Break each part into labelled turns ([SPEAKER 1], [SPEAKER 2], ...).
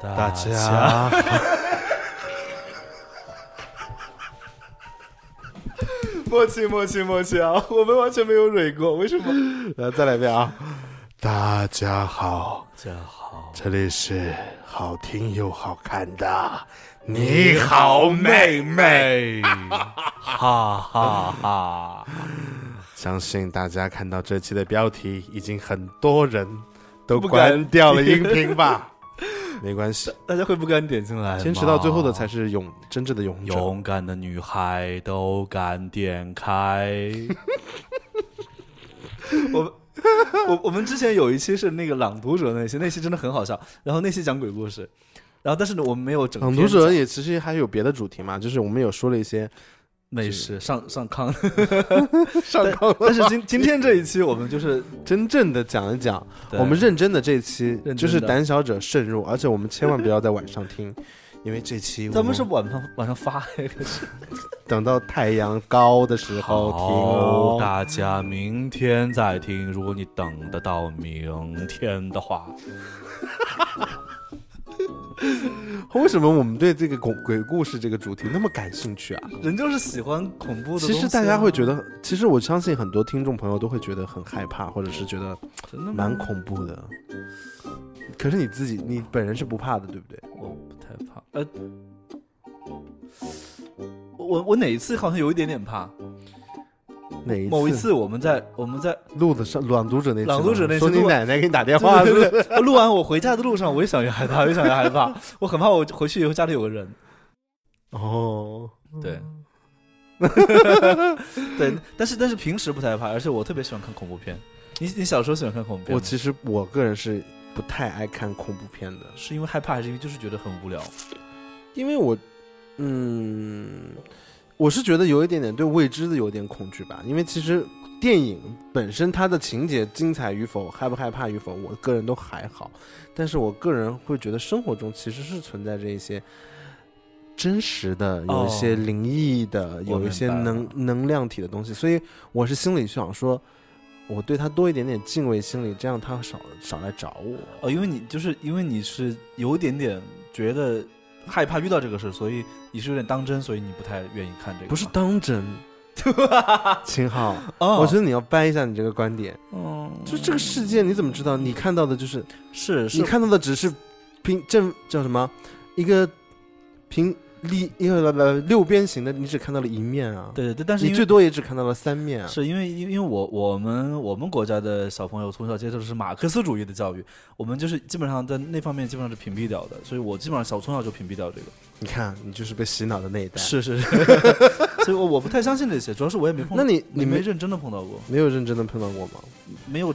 [SPEAKER 1] 大
[SPEAKER 2] 家
[SPEAKER 1] 好，
[SPEAKER 2] 默契，默契，默契啊！ 我们完全没有蕊过，为什么？
[SPEAKER 1] 来再来一遍啊！大家好，
[SPEAKER 2] 这好，
[SPEAKER 1] 这里是好听又好看的你好妹妹。
[SPEAKER 2] 哈哈哈！
[SPEAKER 1] 相信大家看到这期的标题，已经很多人都
[SPEAKER 2] 不敢
[SPEAKER 1] 关掉了音频吧？没关系，
[SPEAKER 2] 大家会不敢点进来吗，
[SPEAKER 1] 坚持到最后的才是勇，真正的勇者。
[SPEAKER 2] 勇敢的女孩都敢点开。 我们我我们之前有一期是那个朗读者那期，那期真的很好笑，然后那期讲鬼故事，然后但是呢我们没有整
[SPEAKER 1] 朗
[SPEAKER 2] 篇
[SPEAKER 1] 读者
[SPEAKER 2] 讲
[SPEAKER 1] 也其实还有别的主题嘛，就是我们有说了 一些
[SPEAKER 2] 美食上上炕，
[SPEAKER 1] 上纲
[SPEAKER 2] 但是今今天这一期我们就是
[SPEAKER 1] 真正的讲一讲，
[SPEAKER 2] 对
[SPEAKER 1] 我们认真的这一期
[SPEAKER 2] 真的
[SPEAKER 1] 就是胆小者慎入，而且我们千万不要在晚 上听，因为这期我
[SPEAKER 2] 咱们是晚上晚上发哎
[SPEAKER 1] 等到太阳高的时候听
[SPEAKER 2] 好，
[SPEAKER 1] 哦。
[SPEAKER 2] 大家明天再听。如果你等得到明天的话，
[SPEAKER 1] 为什么我们对这个鬼鬼故事这个主题那么感兴趣啊？
[SPEAKER 2] 人就是喜欢恐怖的东
[SPEAKER 1] 其
[SPEAKER 2] 西啊、
[SPEAKER 1] 实大家会觉得，其实我相信很多听众朋友都会觉得很害怕，或者是觉得
[SPEAKER 2] 真的吗
[SPEAKER 1] 蛮恐怖的。可是你自己，你本人是不怕的，对不对？
[SPEAKER 2] 我不太怕，呃，我我哪一次好像有一点点怕，
[SPEAKER 1] 哪一次？
[SPEAKER 2] 某一次我们在我们在
[SPEAKER 1] 录的上朗读者那次吗，
[SPEAKER 2] 朗读者那次
[SPEAKER 1] 说你
[SPEAKER 2] 录
[SPEAKER 1] 奶奶给你打电话是不是？
[SPEAKER 2] 我录完我回家的路上，我越想越害怕，越想越害 怕，我很怕我回去以后家里有个人，
[SPEAKER 1] 哦，
[SPEAKER 2] 对。对，但是但是平时不太怕，而且我特别喜欢看恐怖片。你你小时候喜欢看恐怖片
[SPEAKER 1] 我
[SPEAKER 2] 吗？
[SPEAKER 1] 其实我个人是不太爱看恐怖片的，
[SPEAKER 2] 是因为害怕，还是因为就是觉得很无聊？
[SPEAKER 1] 因为我，嗯，我是觉得有一点点对未知的有点恐惧吧。因为其实电影本身它的情节精彩与否、害不害怕与否，我个人都还好。但是我个人会觉得生活中其实是存在着一些。真实的有一些
[SPEAKER 2] 哦
[SPEAKER 1] 灵异的，有一些
[SPEAKER 2] 明白
[SPEAKER 1] 能
[SPEAKER 2] 了
[SPEAKER 1] 能量体的东西，所以我是心里想说，我对他多一点点敬畏心理，这样他少少来找我。
[SPEAKER 2] 哦，因为你就是因为你是有点点觉得害怕遇到这个事，所以你是有点当真，所以你不太愿意看这个。
[SPEAKER 1] 不是，当 真，秦昊，
[SPEAKER 2] 哦，
[SPEAKER 1] 我觉得你要掰一下你这个观点。
[SPEAKER 2] 嗯，
[SPEAKER 1] 就这个世界，你怎么知道？你看到的就是
[SPEAKER 2] 是是，
[SPEAKER 1] 你看到的只是平正叫什么一个平立一个六边形的，你只看到了一面啊。，
[SPEAKER 2] 对对对，但是
[SPEAKER 1] 你
[SPEAKER 2] 因
[SPEAKER 1] 最
[SPEAKER 2] 为
[SPEAKER 1] 多也只看到了三面啊。
[SPEAKER 2] 是因为因为因为我我们我们国家的小朋友从小接受的是马克思主义的教育，我们就是基本上在那方面基本上是屏蔽掉的，所以我基本上小从小就屏蔽掉这个。
[SPEAKER 1] 你看，你就是被洗脑的那一代。，
[SPEAKER 2] 是是是， 所以我我不太相信这些，主要是我也没碰。
[SPEAKER 1] 那你你
[SPEAKER 2] 你没
[SPEAKER 1] 没
[SPEAKER 2] 认真的碰到过？
[SPEAKER 1] 没有认真的碰到过吗？
[SPEAKER 2] 没有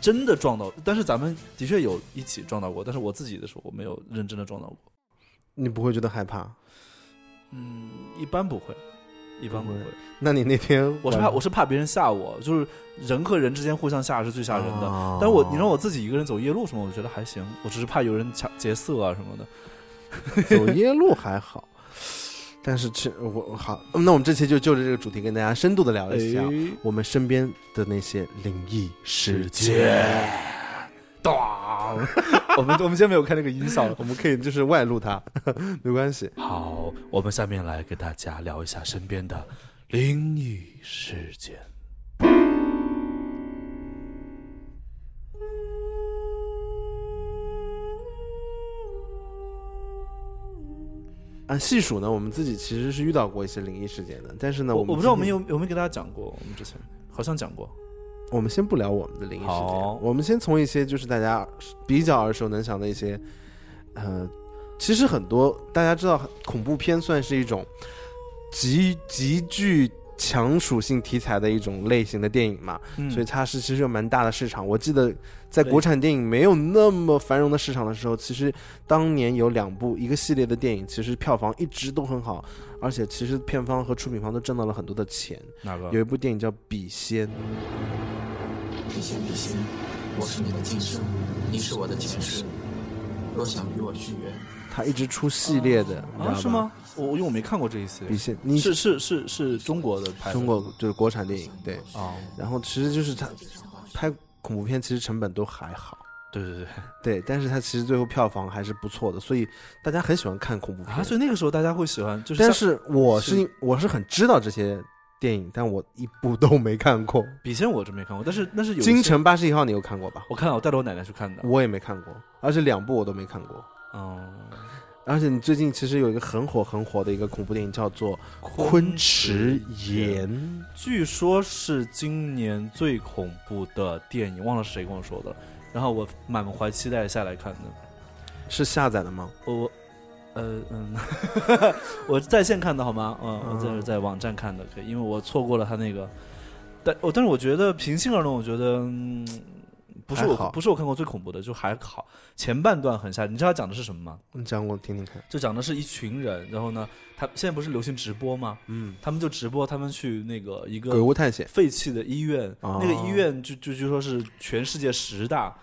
[SPEAKER 2] 真的撞到，但是咱们的确有一起撞到过，但是我自己的时候我没有认真的撞到过。
[SPEAKER 1] 你不会觉得害怕？
[SPEAKER 2] 嗯，一般不会，一般不会
[SPEAKER 1] 不。那你那天
[SPEAKER 2] 我是怕我是怕别人吓我，就是人和人之间互相吓是最吓人的。
[SPEAKER 1] 的
[SPEAKER 2] 但我你让我自己一个人走夜路什么，我觉得还行。我只是怕有人抢劫色啊什么的。
[SPEAKER 1] 走夜路还好，但是这我好，那我们这期就就着这个主题跟大家深度的聊一下、
[SPEAKER 2] 哎
[SPEAKER 1] 我们身边的那些灵异事件。
[SPEAKER 2] 咚！我们我们今天没有开那个音效了。
[SPEAKER 1] 我们可以就是外露它， 没关系。
[SPEAKER 2] 好，我们下面来给大家聊一下身边的灵异事件。
[SPEAKER 1] 啊，细数呢，我们自己其实是遇到过一些灵异事件的，但是呢，
[SPEAKER 2] 我
[SPEAKER 1] 们
[SPEAKER 2] 不知道我
[SPEAKER 1] 今
[SPEAKER 2] 们
[SPEAKER 1] 天
[SPEAKER 2] 有有没有给大家讲过，我们之前好像讲过。
[SPEAKER 1] 我们先不聊我们的灵异事
[SPEAKER 2] 好
[SPEAKER 1] 件，我们先从一些就是大家比较耳熟能详的一些，呃，其实很多大家知道，恐怖片算是一种极极具强属性题材的一种类型的电影嘛，
[SPEAKER 2] 嗯
[SPEAKER 1] 所以它是其实有蛮大的市场。我记得在
[SPEAKER 2] 对
[SPEAKER 1] 国产电影没有那么繁荣的市场的时候，其实当年有两部一个系列的电影，其实票房一直都很好，而且其实片方和出品方都挣到了很多的钱。
[SPEAKER 2] 哪个
[SPEAKER 1] 有一部电影叫《笔仙》。
[SPEAKER 3] 笔仙，笔仙，我是你的今生，你是我的前世。若想与我续缘，
[SPEAKER 1] 他一直出系列的，你
[SPEAKER 2] 啊？
[SPEAKER 1] 知道吧
[SPEAKER 2] 是？吗？我因为我没看过这一些，
[SPEAKER 1] 比现你
[SPEAKER 2] 是是是是中国的拍的
[SPEAKER 1] 中国就是国产电影对，
[SPEAKER 2] 啊，
[SPEAKER 1] 然后其实就是他拍恐怖片，其实成本都还好，
[SPEAKER 2] 对对对
[SPEAKER 1] 对，但是它其实最后票房还是不错的，所以大家很喜欢看恐怖片。
[SPEAKER 2] 啊，所以那个时候大家会喜欢，就是
[SPEAKER 1] 但
[SPEAKER 2] 像
[SPEAKER 1] 是我是
[SPEAKER 2] 是
[SPEAKER 1] 因我是很知道这些电影，但我一部都没看过。
[SPEAKER 2] 笔仙我真没看过，但是但是有一
[SPEAKER 1] 《
[SPEAKER 2] 些
[SPEAKER 1] 京，城嗯八十一号》你有看过吧？
[SPEAKER 2] 我看了，我带着我奶奶去看的，
[SPEAKER 1] 我也没看过，而且两部我都没看过。
[SPEAKER 2] 嗯，
[SPEAKER 1] 而且你最近其实有一个很火很火的一个恐怖电影叫做《昆池岩》，
[SPEAKER 2] 据说是今年最恐怖的电影，忘了是谁跟我说的了。然后我满怀期待下来看的，
[SPEAKER 1] 是下载的吗？
[SPEAKER 2] 我，呃嗯， 我在线看的好吗？嗯，我在
[SPEAKER 1] 嗯
[SPEAKER 2] 在网站看的，可以，因为我错过了他那个，但哦我、但是我觉得平心而论，我觉得。嗯不是
[SPEAKER 1] 还
[SPEAKER 2] 我，
[SPEAKER 1] 好
[SPEAKER 2] 不是我看过最恐怖的，就还好。前半段很吓人，你知道它讲的是什么吗？
[SPEAKER 1] 你讲我听听看。
[SPEAKER 2] 就讲的是一群人，然后呢，他现在不是流行直播吗？
[SPEAKER 1] 嗯，
[SPEAKER 2] 他们就直播，他们去那个一
[SPEAKER 1] 鬼
[SPEAKER 2] 个
[SPEAKER 1] 屋探险
[SPEAKER 2] 废弃的医院，
[SPEAKER 1] 哦
[SPEAKER 2] 那个医院就就据说是全世界十大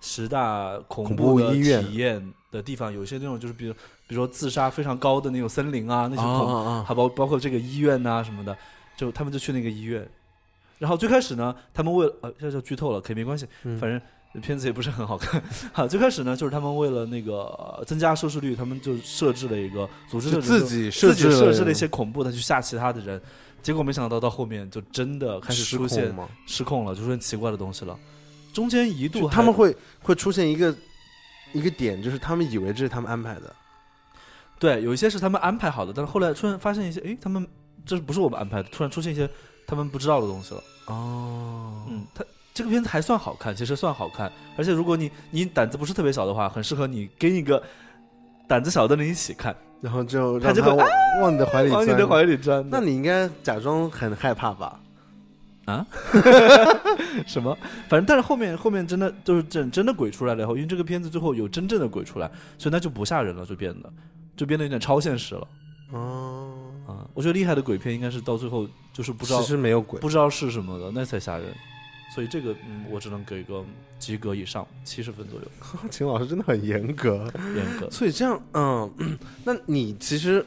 [SPEAKER 2] 十大恐
[SPEAKER 1] 恐
[SPEAKER 2] 怖
[SPEAKER 1] 怖
[SPEAKER 2] 的
[SPEAKER 1] 医院
[SPEAKER 2] 体验的地方，有些那种就是比如比如说自杀非常高的那种森林啊，那些恐
[SPEAKER 1] 啊啊！
[SPEAKER 2] 还包包括这个医院呐、什么的，就他们就去那个医院。然后最开始呢，他们为了呃，这就剧透了，可以没关系，
[SPEAKER 1] 嗯
[SPEAKER 2] 反正片子也不是很好看。 好，最开始呢，就是他们为了那个呃增加收视率，他们就设置了一个组织设
[SPEAKER 1] 就
[SPEAKER 2] 置
[SPEAKER 1] 自
[SPEAKER 2] 了
[SPEAKER 1] 己
[SPEAKER 2] 自己
[SPEAKER 1] 置
[SPEAKER 2] 设置了一些恐怖的去吓其他的人。结果没想到到后面就真的开始
[SPEAKER 1] 失
[SPEAKER 2] 出
[SPEAKER 1] 控
[SPEAKER 2] 现
[SPEAKER 1] 吗？
[SPEAKER 2] 失控了，就出现奇怪的东西了。中间一度
[SPEAKER 1] 就
[SPEAKER 2] 还
[SPEAKER 1] 他们会会出现一个一个点，就是他们以为这是他们安排的，
[SPEAKER 2] 对，有一些是他们安排好的，但是后来突然发现一些，诶，他们这不是我们安排的，突然出现一些他们不知道的东西了。
[SPEAKER 1] 哦
[SPEAKER 2] 嗯，它这个片子还算好看，其实算好看，而且如果你你胆子不是特别小的话，很适合你跟一个胆子小的人一起看，
[SPEAKER 1] 然后就
[SPEAKER 2] 他
[SPEAKER 1] 让
[SPEAKER 2] 就
[SPEAKER 1] 他
[SPEAKER 2] 会啊
[SPEAKER 1] 往往你的怀里
[SPEAKER 2] 往
[SPEAKER 1] 钻
[SPEAKER 2] 你。的怀里钻。
[SPEAKER 1] 那你应该假装很害怕吧？
[SPEAKER 2] 什么？反正但是后面后面真的就是真真的鬼出来了以后，因为这个片子最后有真正的鬼出来，所以那就不吓人了，就变得就变得有点超现实了
[SPEAKER 1] 哦，
[SPEAKER 2] 啊、我觉得厉害的鬼片应该是到最后就是不知道
[SPEAKER 1] 其实没有 鬼，
[SPEAKER 2] 不知道是什么的，那才吓人。所以这个嗯，我只能给个及格以上，七十分左右，
[SPEAKER 1] 秦老师真的很严格。
[SPEAKER 2] 严格。
[SPEAKER 1] 所以这样，嗯，那你其实，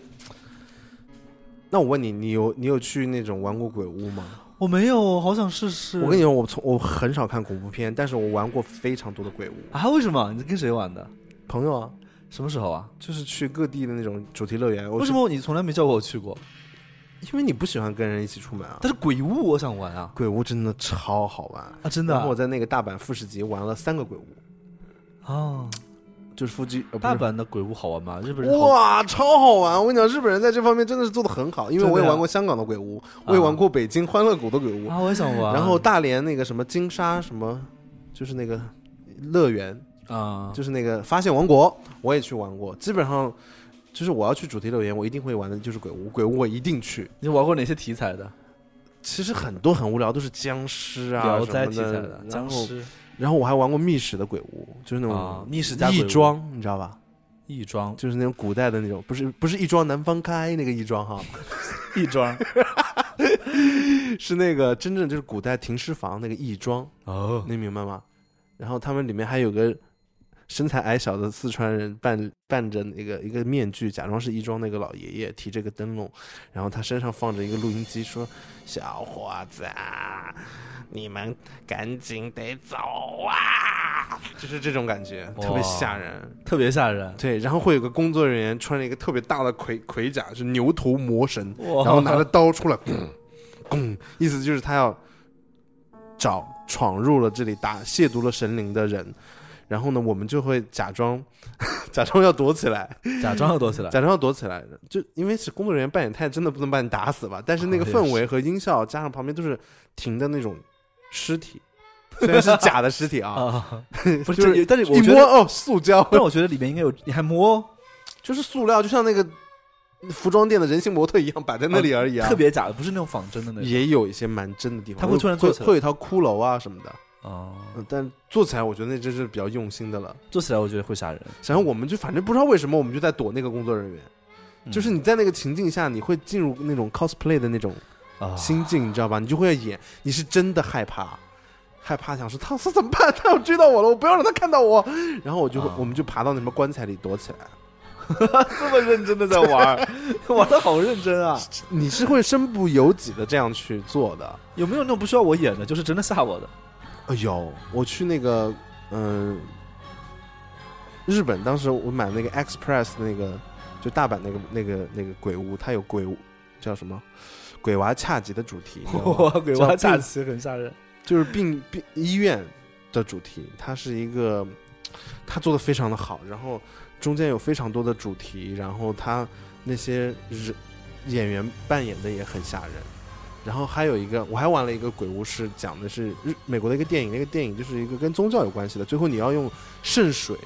[SPEAKER 1] 那我问你，你有你有去那种玩过鬼屋吗？
[SPEAKER 2] 我没有，好想试试。
[SPEAKER 1] 我跟你说，我从我很少看恐怖片，但是我玩过非常多的鬼屋。
[SPEAKER 2] 啊？为什么？你跟谁玩的？
[SPEAKER 1] 朋友啊，
[SPEAKER 2] 什么时候啊？
[SPEAKER 1] 就是去各地的那种主题乐园。我
[SPEAKER 2] 为什
[SPEAKER 1] 么？
[SPEAKER 2] 么你从来没叫我去过？
[SPEAKER 1] 因为你不喜欢跟人一起出门啊。
[SPEAKER 2] 但是鬼屋我想玩啊！
[SPEAKER 1] 鬼屋真的超好玩，
[SPEAKER 2] 啊，真的
[SPEAKER 1] 然后我
[SPEAKER 2] 啊！
[SPEAKER 1] 在那个大阪富士急玩了三个鬼屋，
[SPEAKER 2] 啊
[SPEAKER 1] 就是富士、呃、不是
[SPEAKER 2] 大阪的鬼屋好玩吗？日本人好
[SPEAKER 1] 哇，超好玩！我跟你讲，日本人在这方面真的是做的很好，因为
[SPEAKER 2] 真的
[SPEAKER 1] 我也
[SPEAKER 2] 呀啊
[SPEAKER 1] 玩过香港的鬼屋，我也玩过北京欢乐谷的鬼屋，
[SPEAKER 2] 啊，我也想玩。
[SPEAKER 1] 然后大连那个什么金沙什么，就是那个乐园，
[SPEAKER 2] 啊，
[SPEAKER 1] 就是那个发现王国，我也去玩过。基本上就是我要去主题乐园，我一定会玩的就是鬼屋，鬼屋我一定去。
[SPEAKER 2] 你玩过哪些题材
[SPEAKER 1] 啊
[SPEAKER 2] 的？
[SPEAKER 1] 其实很多很无聊，都是僵尸啊
[SPEAKER 2] 聊
[SPEAKER 1] 什
[SPEAKER 2] 斋
[SPEAKER 1] 么
[SPEAKER 2] 题材
[SPEAKER 1] 的
[SPEAKER 2] 的，，
[SPEAKER 1] 然
[SPEAKER 2] 僵
[SPEAKER 1] 后
[SPEAKER 2] 尸
[SPEAKER 1] 然后我还玩过密室的鬼屋，就是那
[SPEAKER 2] 啊，
[SPEAKER 1] 种
[SPEAKER 2] 密室加鬼
[SPEAKER 1] 亦
[SPEAKER 2] 屋、
[SPEAKER 1] 庄，你知道吧？
[SPEAKER 2] 亦庄、
[SPEAKER 1] 就是那种古代的那种，不是不是亦庄南方开那个亦庄哈，
[SPEAKER 2] 亦庄。
[SPEAKER 1] 是那个真正就是古代停尸房那个亦庄，
[SPEAKER 2] 哦，
[SPEAKER 1] 你明白吗？然后他们里面还有个身材矮小的四川人扮扮着那个一个面具，假装是亦庄那个老爷爷，提着个灯笼，然后他身上放着一个录音机，说：“小伙子啊，你们赶紧得走啊！”就是这种感觉，特
[SPEAKER 2] 哇
[SPEAKER 1] 别吓人。
[SPEAKER 2] 特别吓人。
[SPEAKER 1] 对，然后会有个工作人员穿着一个特别大的盔盔甲，是牛头魔神，
[SPEAKER 2] 哇
[SPEAKER 1] 然后拿着刀出来， 咣咣，意思就是他要找闯入了这里打亵渎了神灵的人。然后呢，我们就会假装 假装要躲起来，
[SPEAKER 2] 假装要躲起来。
[SPEAKER 1] 假装要躲起来，就因为是工作人员扮演太真的不能把你打死吧。但是那个
[SPEAKER 2] 啊
[SPEAKER 1] 氛围和音效加上旁边都是停的那种尸体，虽然是假的尸体啊，
[SPEAKER 2] 啊，不是，
[SPEAKER 1] 就是
[SPEAKER 2] 这但是 我
[SPEAKER 1] 一
[SPEAKER 2] 觉
[SPEAKER 1] 摸
[SPEAKER 2] 得，
[SPEAKER 1] 哦，塑胶，
[SPEAKER 2] 但我觉得里面应该有，你还摸，
[SPEAKER 1] 就是塑料，就像那个服装店的人形模特一样摆在那里而已啊。
[SPEAKER 2] 特别假的，不是那种仿真的那种。
[SPEAKER 1] 也有一些蛮真的地方，
[SPEAKER 2] 他会突然
[SPEAKER 1] 会
[SPEAKER 2] 坐起来
[SPEAKER 1] 会有一套骷髅啊什么的，
[SPEAKER 2] 哦，
[SPEAKER 1] 嗯，但做起来我觉得那真是比较用心的了。
[SPEAKER 2] 做起来我觉得会吓人。
[SPEAKER 1] 然后我们就反正不知道为什么，我们就在躲那个工作人员，
[SPEAKER 2] 嗯
[SPEAKER 1] 就是你在那个情境下，你会进入那种 cosplay 的那种
[SPEAKER 2] 啊，
[SPEAKER 1] 心境，你知道吧？你就会演，你是真的害怕，害怕想说他他怎么办？ 他要追到我了，我不要让他看到我。然后我就会
[SPEAKER 2] 啊，
[SPEAKER 1] 我们就爬到那什么棺材里躲起来。
[SPEAKER 2] 这么认真的在玩儿， 玩的好认真啊！
[SPEAKER 1] 你是会身不由己的这样去做的。
[SPEAKER 2] 有没有那种不需要我演的，就是真的吓我的？
[SPEAKER 1] 哎呦，我去那个嗯、日本当时我买那个 Express 那个，就大阪那个那个那个鬼屋，它有鬼屋叫什么？鬼娃恰吉的主题，你知道
[SPEAKER 2] 哇
[SPEAKER 1] 吗，
[SPEAKER 2] 鬼
[SPEAKER 1] 叫
[SPEAKER 2] 娃假
[SPEAKER 1] 病
[SPEAKER 2] 期很吓人。
[SPEAKER 1] 就是病病医院的主题，它是一个，它做的非常的好，然后中间有非常多的主题，然后它那些人演员扮演的也很吓人，然后还有一个我还玩了一个鬼屋，是讲的是日美国的一个电影，那个电影就是一个跟宗教有关系的，最后你要用圣水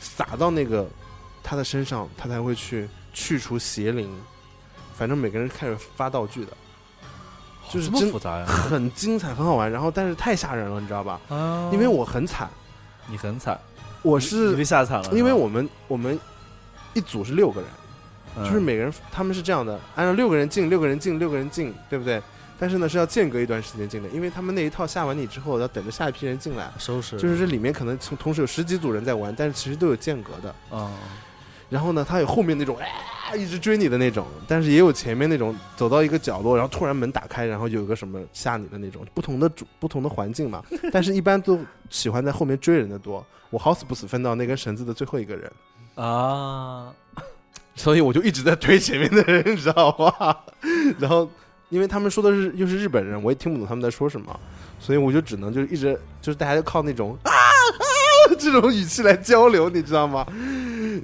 [SPEAKER 1] 洒到那个他的身上，他才会去去除邪灵，反正每个人开始发道具的。就是
[SPEAKER 2] 这么
[SPEAKER 1] 真
[SPEAKER 2] 复杂呀、
[SPEAKER 1] 很精彩，很好玩，然后但是太吓人了，你知道吧？
[SPEAKER 2] 啊
[SPEAKER 1] 因为我很惨，
[SPEAKER 2] 你很惨，
[SPEAKER 1] 我
[SPEAKER 2] 你被
[SPEAKER 1] 是
[SPEAKER 2] 吓惨了，
[SPEAKER 1] 因为我们我们一组是六个人，
[SPEAKER 2] 嗯
[SPEAKER 1] 就是每个人他们是这样的，按照六个人进，六个人进，六个人进，对不对？但是呢是要间隔一段时间进的，因为他们那一套下完你之后，要等着下一批人进来，
[SPEAKER 2] 收拾
[SPEAKER 1] 就是这里面可能从同时有十几组人在玩，但是其实都有间隔的。
[SPEAKER 2] 嗯
[SPEAKER 1] 然后呢，他有后面那种啊一直追你的那种，但是也有前面那种走到一个角落，然后突然门打开，然后有个什么吓你的那种，不同的主不同的环境嘛。但是一般都喜欢在后面追人的多，我好死不死分到那根绳子的最后一个人，
[SPEAKER 2] 啊，
[SPEAKER 1] 所以我就一直在推前面的人，你知道吗？ 然后因为他们说的是又是日本人，我也听不懂他们在说什么，所以我就只能就是一直就是大家就靠那种啊啊这种语气来交流，你知道吗？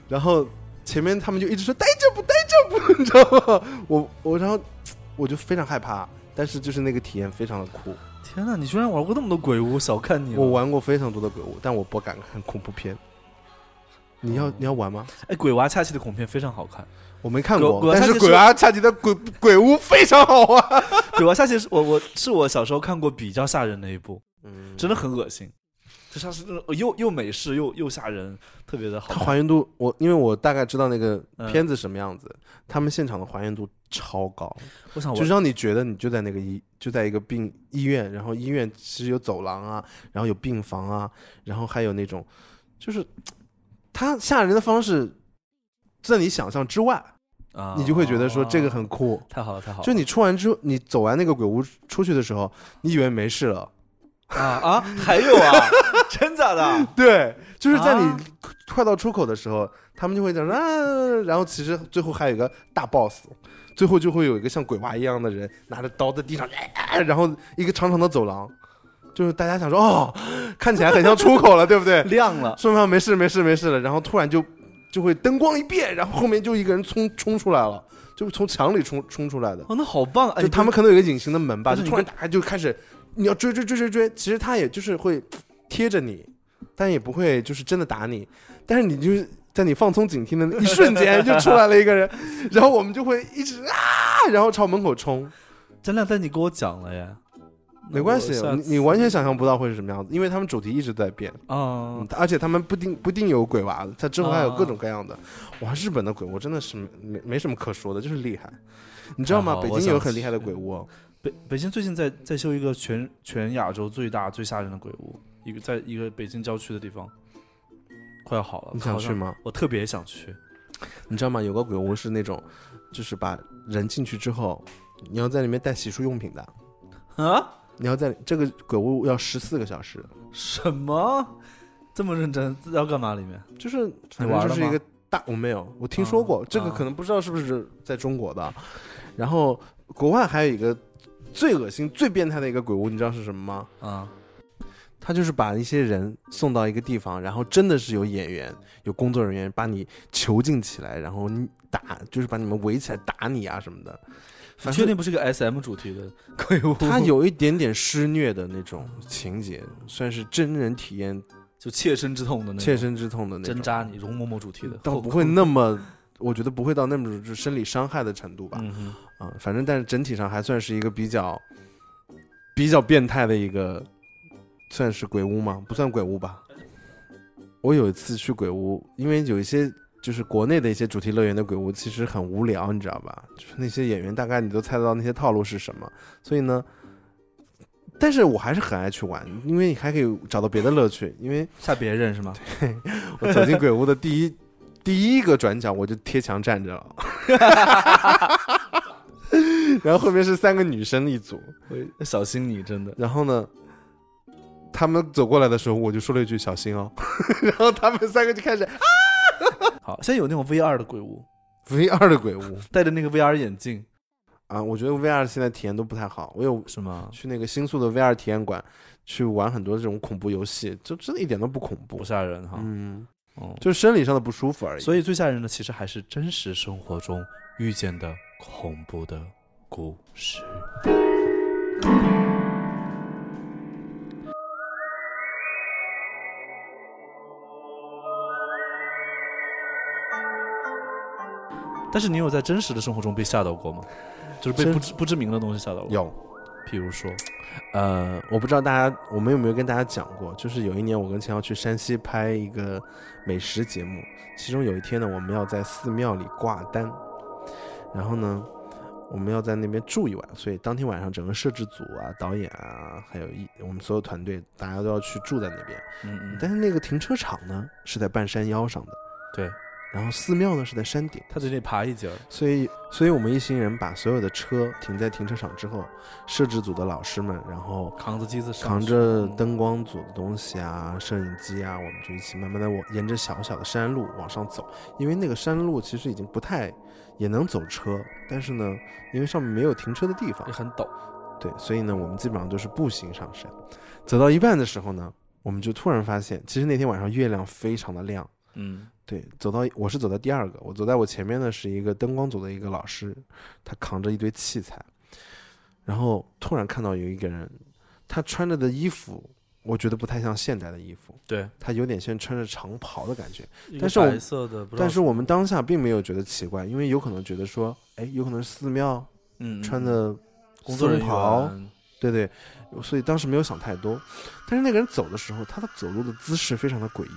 [SPEAKER 1] 然后前面他们就一直说待着不待着不，你知 道吗？我我然后我就非常害怕，但是就是那个体验非常的酷。
[SPEAKER 2] 天哪，你居然玩过那么多鬼屋，小看你了。
[SPEAKER 1] 我玩过非常多的鬼屋，但我不敢看恐怖片。你要你要玩吗？
[SPEAKER 2] 哎，鬼娃恰奇的恐怖片非常好看，
[SPEAKER 1] 我没看
[SPEAKER 2] 鬼
[SPEAKER 1] 过，
[SPEAKER 2] 鬼
[SPEAKER 1] 但
[SPEAKER 2] 娃恰
[SPEAKER 1] 是
[SPEAKER 2] 吉
[SPEAKER 1] 鬼
[SPEAKER 2] 是
[SPEAKER 1] 娃恰吉的鬼鬼屋非常好啊玩。
[SPEAKER 2] 鬼娃恰奇是我我是我小时候看过比较吓人的一部，
[SPEAKER 1] 嗯
[SPEAKER 2] 真的很恶心，就像是那种又又美式又又吓人，特别的好
[SPEAKER 1] 它
[SPEAKER 2] 看。
[SPEAKER 1] 还原度，我因为我大概知道那个
[SPEAKER 2] 嗯
[SPEAKER 1] 片子什么样子，他们现场的还原度超高，
[SPEAKER 2] 我想
[SPEAKER 1] 就
[SPEAKER 2] 玩，
[SPEAKER 1] 让你觉得你就在那个医，就在一个病医院，然后医院其实有走廊啊，然后有病房啊，然后还有那种，就是它吓人的方式，在你想象之外，
[SPEAKER 2] 啊
[SPEAKER 1] 你就会觉得说这个很酷。
[SPEAKER 2] 太好了太好了，
[SPEAKER 1] 就你出完之后，你走完那个鬼屋出去的时候，你以为没事了，
[SPEAKER 2] 啊啊，还有啊， 真假 的？
[SPEAKER 1] 对，就是在你
[SPEAKER 2] 啊
[SPEAKER 1] 快到出口的时候，他们就会讲啊，然后其实最后还有一个大 boss，最后就会有一个像鬼娃一样的人拿着刀在地上， 啊、然后一个长长的走廊，就是大家想说哦，看起来很像出口了，对不对？
[SPEAKER 2] 亮了，
[SPEAKER 1] 说明没事没事没事了，然后突然就就会灯光一变，然后后面就一个人冲冲出来了，就从墙里冲冲出来的，
[SPEAKER 2] 哦，那好棒！哎，
[SPEAKER 1] 就他们可能有一个隐形的门吧，
[SPEAKER 2] 但是
[SPEAKER 1] 就
[SPEAKER 2] 你
[SPEAKER 1] 突然打开就开始，你要追追追追追，其实他也就是会贴着你，但也不会就是真的打你，但是你就是在你放松警惕的那一瞬间就出来了一个人， 然后我们就会一直啊，然后朝门口冲，
[SPEAKER 2] 真亮，但你跟我讲了呀，
[SPEAKER 1] 没关系，你你完全想象不到会是什么样子，因为他们主题一直在变，
[SPEAKER 2] 啊
[SPEAKER 1] 嗯，而且他们不定不定有鬼娃，他之后还有各种
[SPEAKER 2] 啊
[SPEAKER 1] 各样的，哇，日本的鬼屋真的是没没没什么可说的，就是厉害，你知道
[SPEAKER 2] 太
[SPEAKER 1] 吗？
[SPEAKER 2] 啊好
[SPEAKER 1] 北
[SPEAKER 2] 我
[SPEAKER 1] 京有
[SPEAKER 2] 想
[SPEAKER 1] 很厉害的
[SPEAKER 2] 去
[SPEAKER 1] 鬼屋哦，
[SPEAKER 2] 北北京最近在在修一个全全亚洲最大最吓人的鬼屋，一个在一个北京郊区的地方，快要好了。
[SPEAKER 1] 你想
[SPEAKER 2] 好像
[SPEAKER 1] 去？吗？
[SPEAKER 2] 我特别想去。
[SPEAKER 1] 你知道吗？有个鬼屋是那种，就是把人进去之后，你要在里面带洗漱用品的，
[SPEAKER 2] 啊？
[SPEAKER 1] 你要在这个鬼屋要十四个小时，
[SPEAKER 2] 什么？这么认真要干嘛？里面
[SPEAKER 1] 就是反
[SPEAKER 2] 你玩了
[SPEAKER 1] 正就是一
[SPEAKER 2] 吗
[SPEAKER 1] 个大，我没有，我听说过、
[SPEAKER 2] 啊
[SPEAKER 1] 这个，
[SPEAKER 2] 啊
[SPEAKER 1] 可能不知道是不是在中国的。然后国外还有一个最恶心、最变态的一个鬼屋，你知道是什么吗？
[SPEAKER 2] 啊
[SPEAKER 1] 他就是把一些人送到一个地方，然后真的是有演员、有工作人员把你囚禁起来，然后你打，就是把你们围起来打你啊什么的。
[SPEAKER 2] 你
[SPEAKER 1] 反
[SPEAKER 2] 确
[SPEAKER 1] 正
[SPEAKER 2] 定不是个 S M 主题的鬼屋？
[SPEAKER 1] 它有一点点施虐的那种情节，算是真人体验
[SPEAKER 2] 就切身之痛的那种，
[SPEAKER 1] 切身之痛的那种
[SPEAKER 2] 针，扎你容嬷嬷主题的，
[SPEAKER 1] 倒不会那么，我觉得不会到那么就是生理伤害的程度吧。
[SPEAKER 2] 嗯哼，
[SPEAKER 1] 啊、反正但是整体上还算是一个比较比较变态的一个，算是鬼屋吗？不算鬼屋吧。我有一次去鬼屋，因为有一些就是国内的一些主题乐园的鬼屋，其实很无聊，你知道吧？就是那些演员大概你都猜得到那些套路是什么，所以呢，但是我还是很爱去玩，因为你还可以找到别的乐趣。因为
[SPEAKER 2] 吓别人是吗？
[SPEAKER 1] 我走进鬼屋的第一第一个转角，我就贴墙站着了。然后后面是三个女生一组，
[SPEAKER 2] 小心你真的
[SPEAKER 1] 然后呢，他们走过来的时候，我就说了一句“小心哦”， 然后他们三个就开始
[SPEAKER 2] 好，现在有那种 VR 的鬼屋，
[SPEAKER 1] VR 的鬼屋
[SPEAKER 2] 戴着那个 VR 眼镜
[SPEAKER 1] 啊，我觉得 VR 现在体验都不太好。我有
[SPEAKER 2] 是吗？
[SPEAKER 1] 去那个新宿的 VR 体验馆去玩很多这种恐怖游戏，就真的一点都不恐怖
[SPEAKER 2] 不，吓人哈。
[SPEAKER 1] 嗯，
[SPEAKER 2] 嗯，
[SPEAKER 1] 就是生理上的不舒服而已。
[SPEAKER 2] 所以最吓人的其实还是真实生活中遇见的恐怖的故事。但是你有在真实的生活中被吓到过吗？就是被
[SPEAKER 1] 真
[SPEAKER 2] 不知不知名的东西吓到过？，
[SPEAKER 1] 有，
[SPEAKER 2] 比如说，
[SPEAKER 1] 呃，我不知道大家我们有没有跟大家讲过，就是有一年我跟钱瑶去山西拍一个美食节目，其中有一天呢，我们要在寺庙里挂单，然后呢，我们要在那边住一晚，所以当天晚上整个摄制组啊、导演啊，还有一我们所有团队，大家都要去住在那边。
[SPEAKER 2] 嗯嗯，
[SPEAKER 1] 但是那个停车场呢是在半山腰上的，
[SPEAKER 2] 对，
[SPEAKER 1] 然后寺庙呢是在山顶，
[SPEAKER 2] 他只得爬一截儿，
[SPEAKER 1] 所以，所以我们一行人把所有的车停在停车场之后，摄制组的老师们，然后
[SPEAKER 2] 扛着机子上
[SPEAKER 1] 扛
[SPEAKER 2] 去，嗯
[SPEAKER 1] 着灯光组的东西啊、摄影机啊，我们就一起慢慢的往沿着小小的山路往上走，因为那个山路其实已经不太也能走车，但是呢，因为上面没有停车的地方
[SPEAKER 2] 也，很陡。
[SPEAKER 1] 对，所以呢，我们基本上都是步行上山。走到一半的时候呢，我们就突然发现，其实那天晚上月亮非常的亮。
[SPEAKER 2] 嗯，
[SPEAKER 1] 对，走到我是走在第二个，我走在我前面的是一个灯光组的一个老师，他扛着一堆器材，然后突然看到有一个人，他穿着的衣服，我觉得不太像现代的衣服，
[SPEAKER 2] 对。
[SPEAKER 1] 他有点像穿着长袍的感觉，
[SPEAKER 2] 一个
[SPEAKER 1] 但是我
[SPEAKER 2] 白色的，不知道
[SPEAKER 1] 但是我们当下并没有觉得奇怪，因为有可能觉得说，哎，有可能是寺庙
[SPEAKER 2] 嗯嗯
[SPEAKER 1] 穿
[SPEAKER 2] 嗯
[SPEAKER 1] 的
[SPEAKER 2] 工作人员
[SPEAKER 1] 袍，对对，所以当时没有想太多，但是那个人走的时候，他的走路的姿势非常的诡异，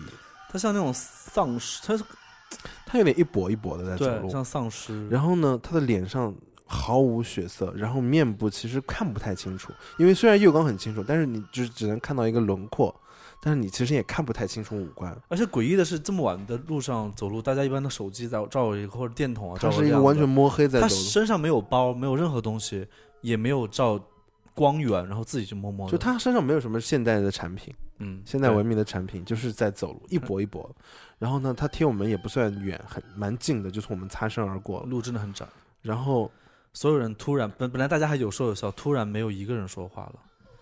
[SPEAKER 2] 他像那种丧尸，他是
[SPEAKER 1] 他有点一跛一跛的在走
[SPEAKER 2] 对
[SPEAKER 1] 路，
[SPEAKER 2] 像丧尸，
[SPEAKER 1] 然后呢，他的脸上毫无血色，然后面部其实看不太清楚，因为虽然右肛很清楚，但是你就是只能看到一个轮廓，但是你其实也看不太清楚五官。
[SPEAKER 2] 而且诡异的是，这么晚的路上走路，大家一般的手机在照一个或者电筒啊，
[SPEAKER 1] 他
[SPEAKER 2] 照
[SPEAKER 1] 是一个
[SPEAKER 2] 样
[SPEAKER 1] 完
[SPEAKER 2] 的
[SPEAKER 1] 全摸黑在
[SPEAKER 2] 他
[SPEAKER 1] 走路，
[SPEAKER 2] 身上没有包，没有任何东西，也没有照光源，然后自己就默默地
[SPEAKER 1] 就他身上没有什么现代的产品，
[SPEAKER 2] 嗯，
[SPEAKER 1] 现代
[SPEAKER 2] 对嗯
[SPEAKER 1] 文明的产品就是在走路，一跛一跛。然后呢，他贴我们也不算远，很蛮近的，就从我们擦身而过了。
[SPEAKER 2] 路真的很窄，
[SPEAKER 1] 然后
[SPEAKER 2] 所有人突然本本来大家还有说有笑，突然没有一个人说话了，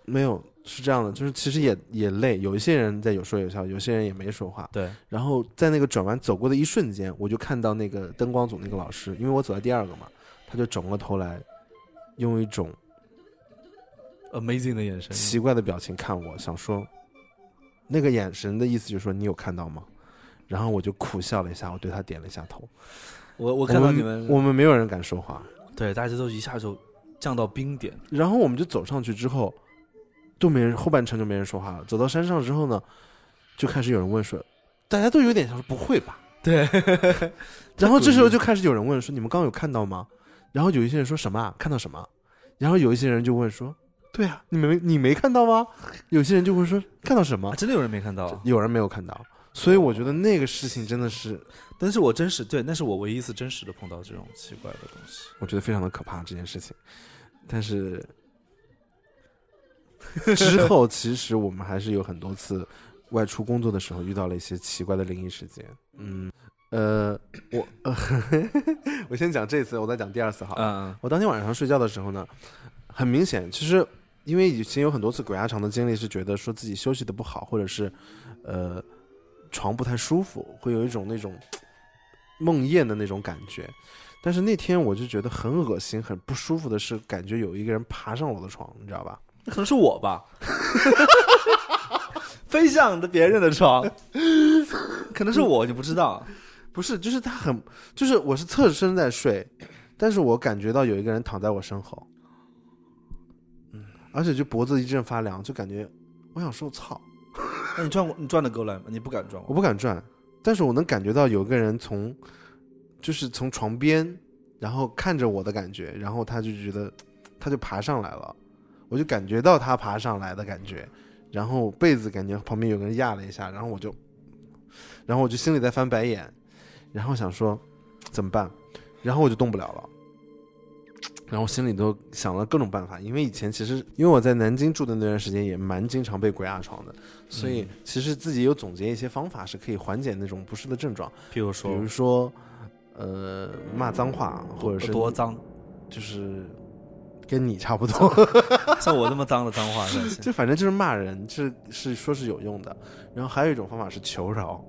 [SPEAKER 1] 没有是这样的，就是其实也也累，有一些人在有说有笑，有些人也没说话。
[SPEAKER 2] 对，
[SPEAKER 1] 然后在那个转弯走过的一瞬间，我就看到那个灯光组那个老师，因为我走在第二个嘛，他就转过头来，用一种
[SPEAKER 2] amazing 的眼神，
[SPEAKER 1] 奇怪的表情看我，想说，那个眼神的意思就是说你有看到吗？然后我就苦笑了一下，我对他点了一下头。
[SPEAKER 2] 我我
[SPEAKER 1] 我
[SPEAKER 2] 看到你
[SPEAKER 1] 们，
[SPEAKER 2] 们，
[SPEAKER 1] 我们没有人敢说话。
[SPEAKER 2] 对，大家都一下就降到冰点，
[SPEAKER 1] 然后我们就走上去之后，都没人，后半程就没人说话了。走到山上之后呢，就开始有人问说，大家都有点想说不会吧？
[SPEAKER 2] 对，
[SPEAKER 1] 然后这时候就开始有人问说：“你们刚刚有看到吗？”然后有一些人说什么、啊、看到什么，然后有一些人就问说：“对啊，你没你没看到吗？”有些人就会说：“看到什
[SPEAKER 2] 啊
[SPEAKER 1] 么
[SPEAKER 2] 真的有人没看到啊？”，
[SPEAKER 1] 有人没有看到，所以我觉得那个事情真的是
[SPEAKER 2] 但是我真实对，那是我唯一一次真实的碰到这种奇怪的东西。
[SPEAKER 1] 我觉得非常的可怕这件事情。但是 之后，其实我们还是有很多次外出工作的时候遇到了一些奇怪的灵异事件。嗯，呃，我、 呃、我先讲这次，我再讲第二次好 了。
[SPEAKER 2] 嗯，
[SPEAKER 1] 我当天晚上睡觉的时候呢，很明显，其实因为以前有很多次鬼压床的经历，是觉得说自己休息的不好，或者是呃床不太舒服，会有一种那种嘖梦魇的那种感觉。但是那天我就觉得很恶心、很不舒服的是，感觉有一个人爬上我的床，你知道吧？
[SPEAKER 2] 那可能是我吧， 飞向着别人的床，可能是我，你不知道。
[SPEAKER 1] 不是，就是他很，就是我是侧身在睡，但是我感觉到有一个人躺在我身后，嗯，而且就脖子一阵发凉，就感觉我想说操，
[SPEAKER 2] 那你转过，你转得过来吗？你不敢转
[SPEAKER 1] 我
[SPEAKER 2] 过来。
[SPEAKER 1] 不敢转，但是我能感觉到有个人从，就是从床边，然后看着我的感觉，然后他就觉得，他就爬上来了，我就感觉到他爬上来的感觉，然后被子感觉旁边有个人压了一下，然后我就，然后我就心里在翻白眼，然后想说怎么办，然后我就动不了了，然后心里头想了各种办法，因为以前其实因为我在南京住的那段时间也蛮经常被鬼压床的，所
[SPEAKER 2] 嗯
[SPEAKER 1] 以其实自己有总结一些方法是可以缓解那种不适的症状，
[SPEAKER 2] 譬如
[SPEAKER 1] 比
[SPEAKER 2] 说
[SPEAKER 1] 如说，呃，骂脏话，或者是
[SPEAKER 2] 多脏，
[SPEAKER 1] 就是跟你差 不多，
[SPEAKER 2] 像我这么脏的脏话，算是
[SPEAKER 1] 就反正就是骂人，是是说是有用的。然后还有一种方法是求饶，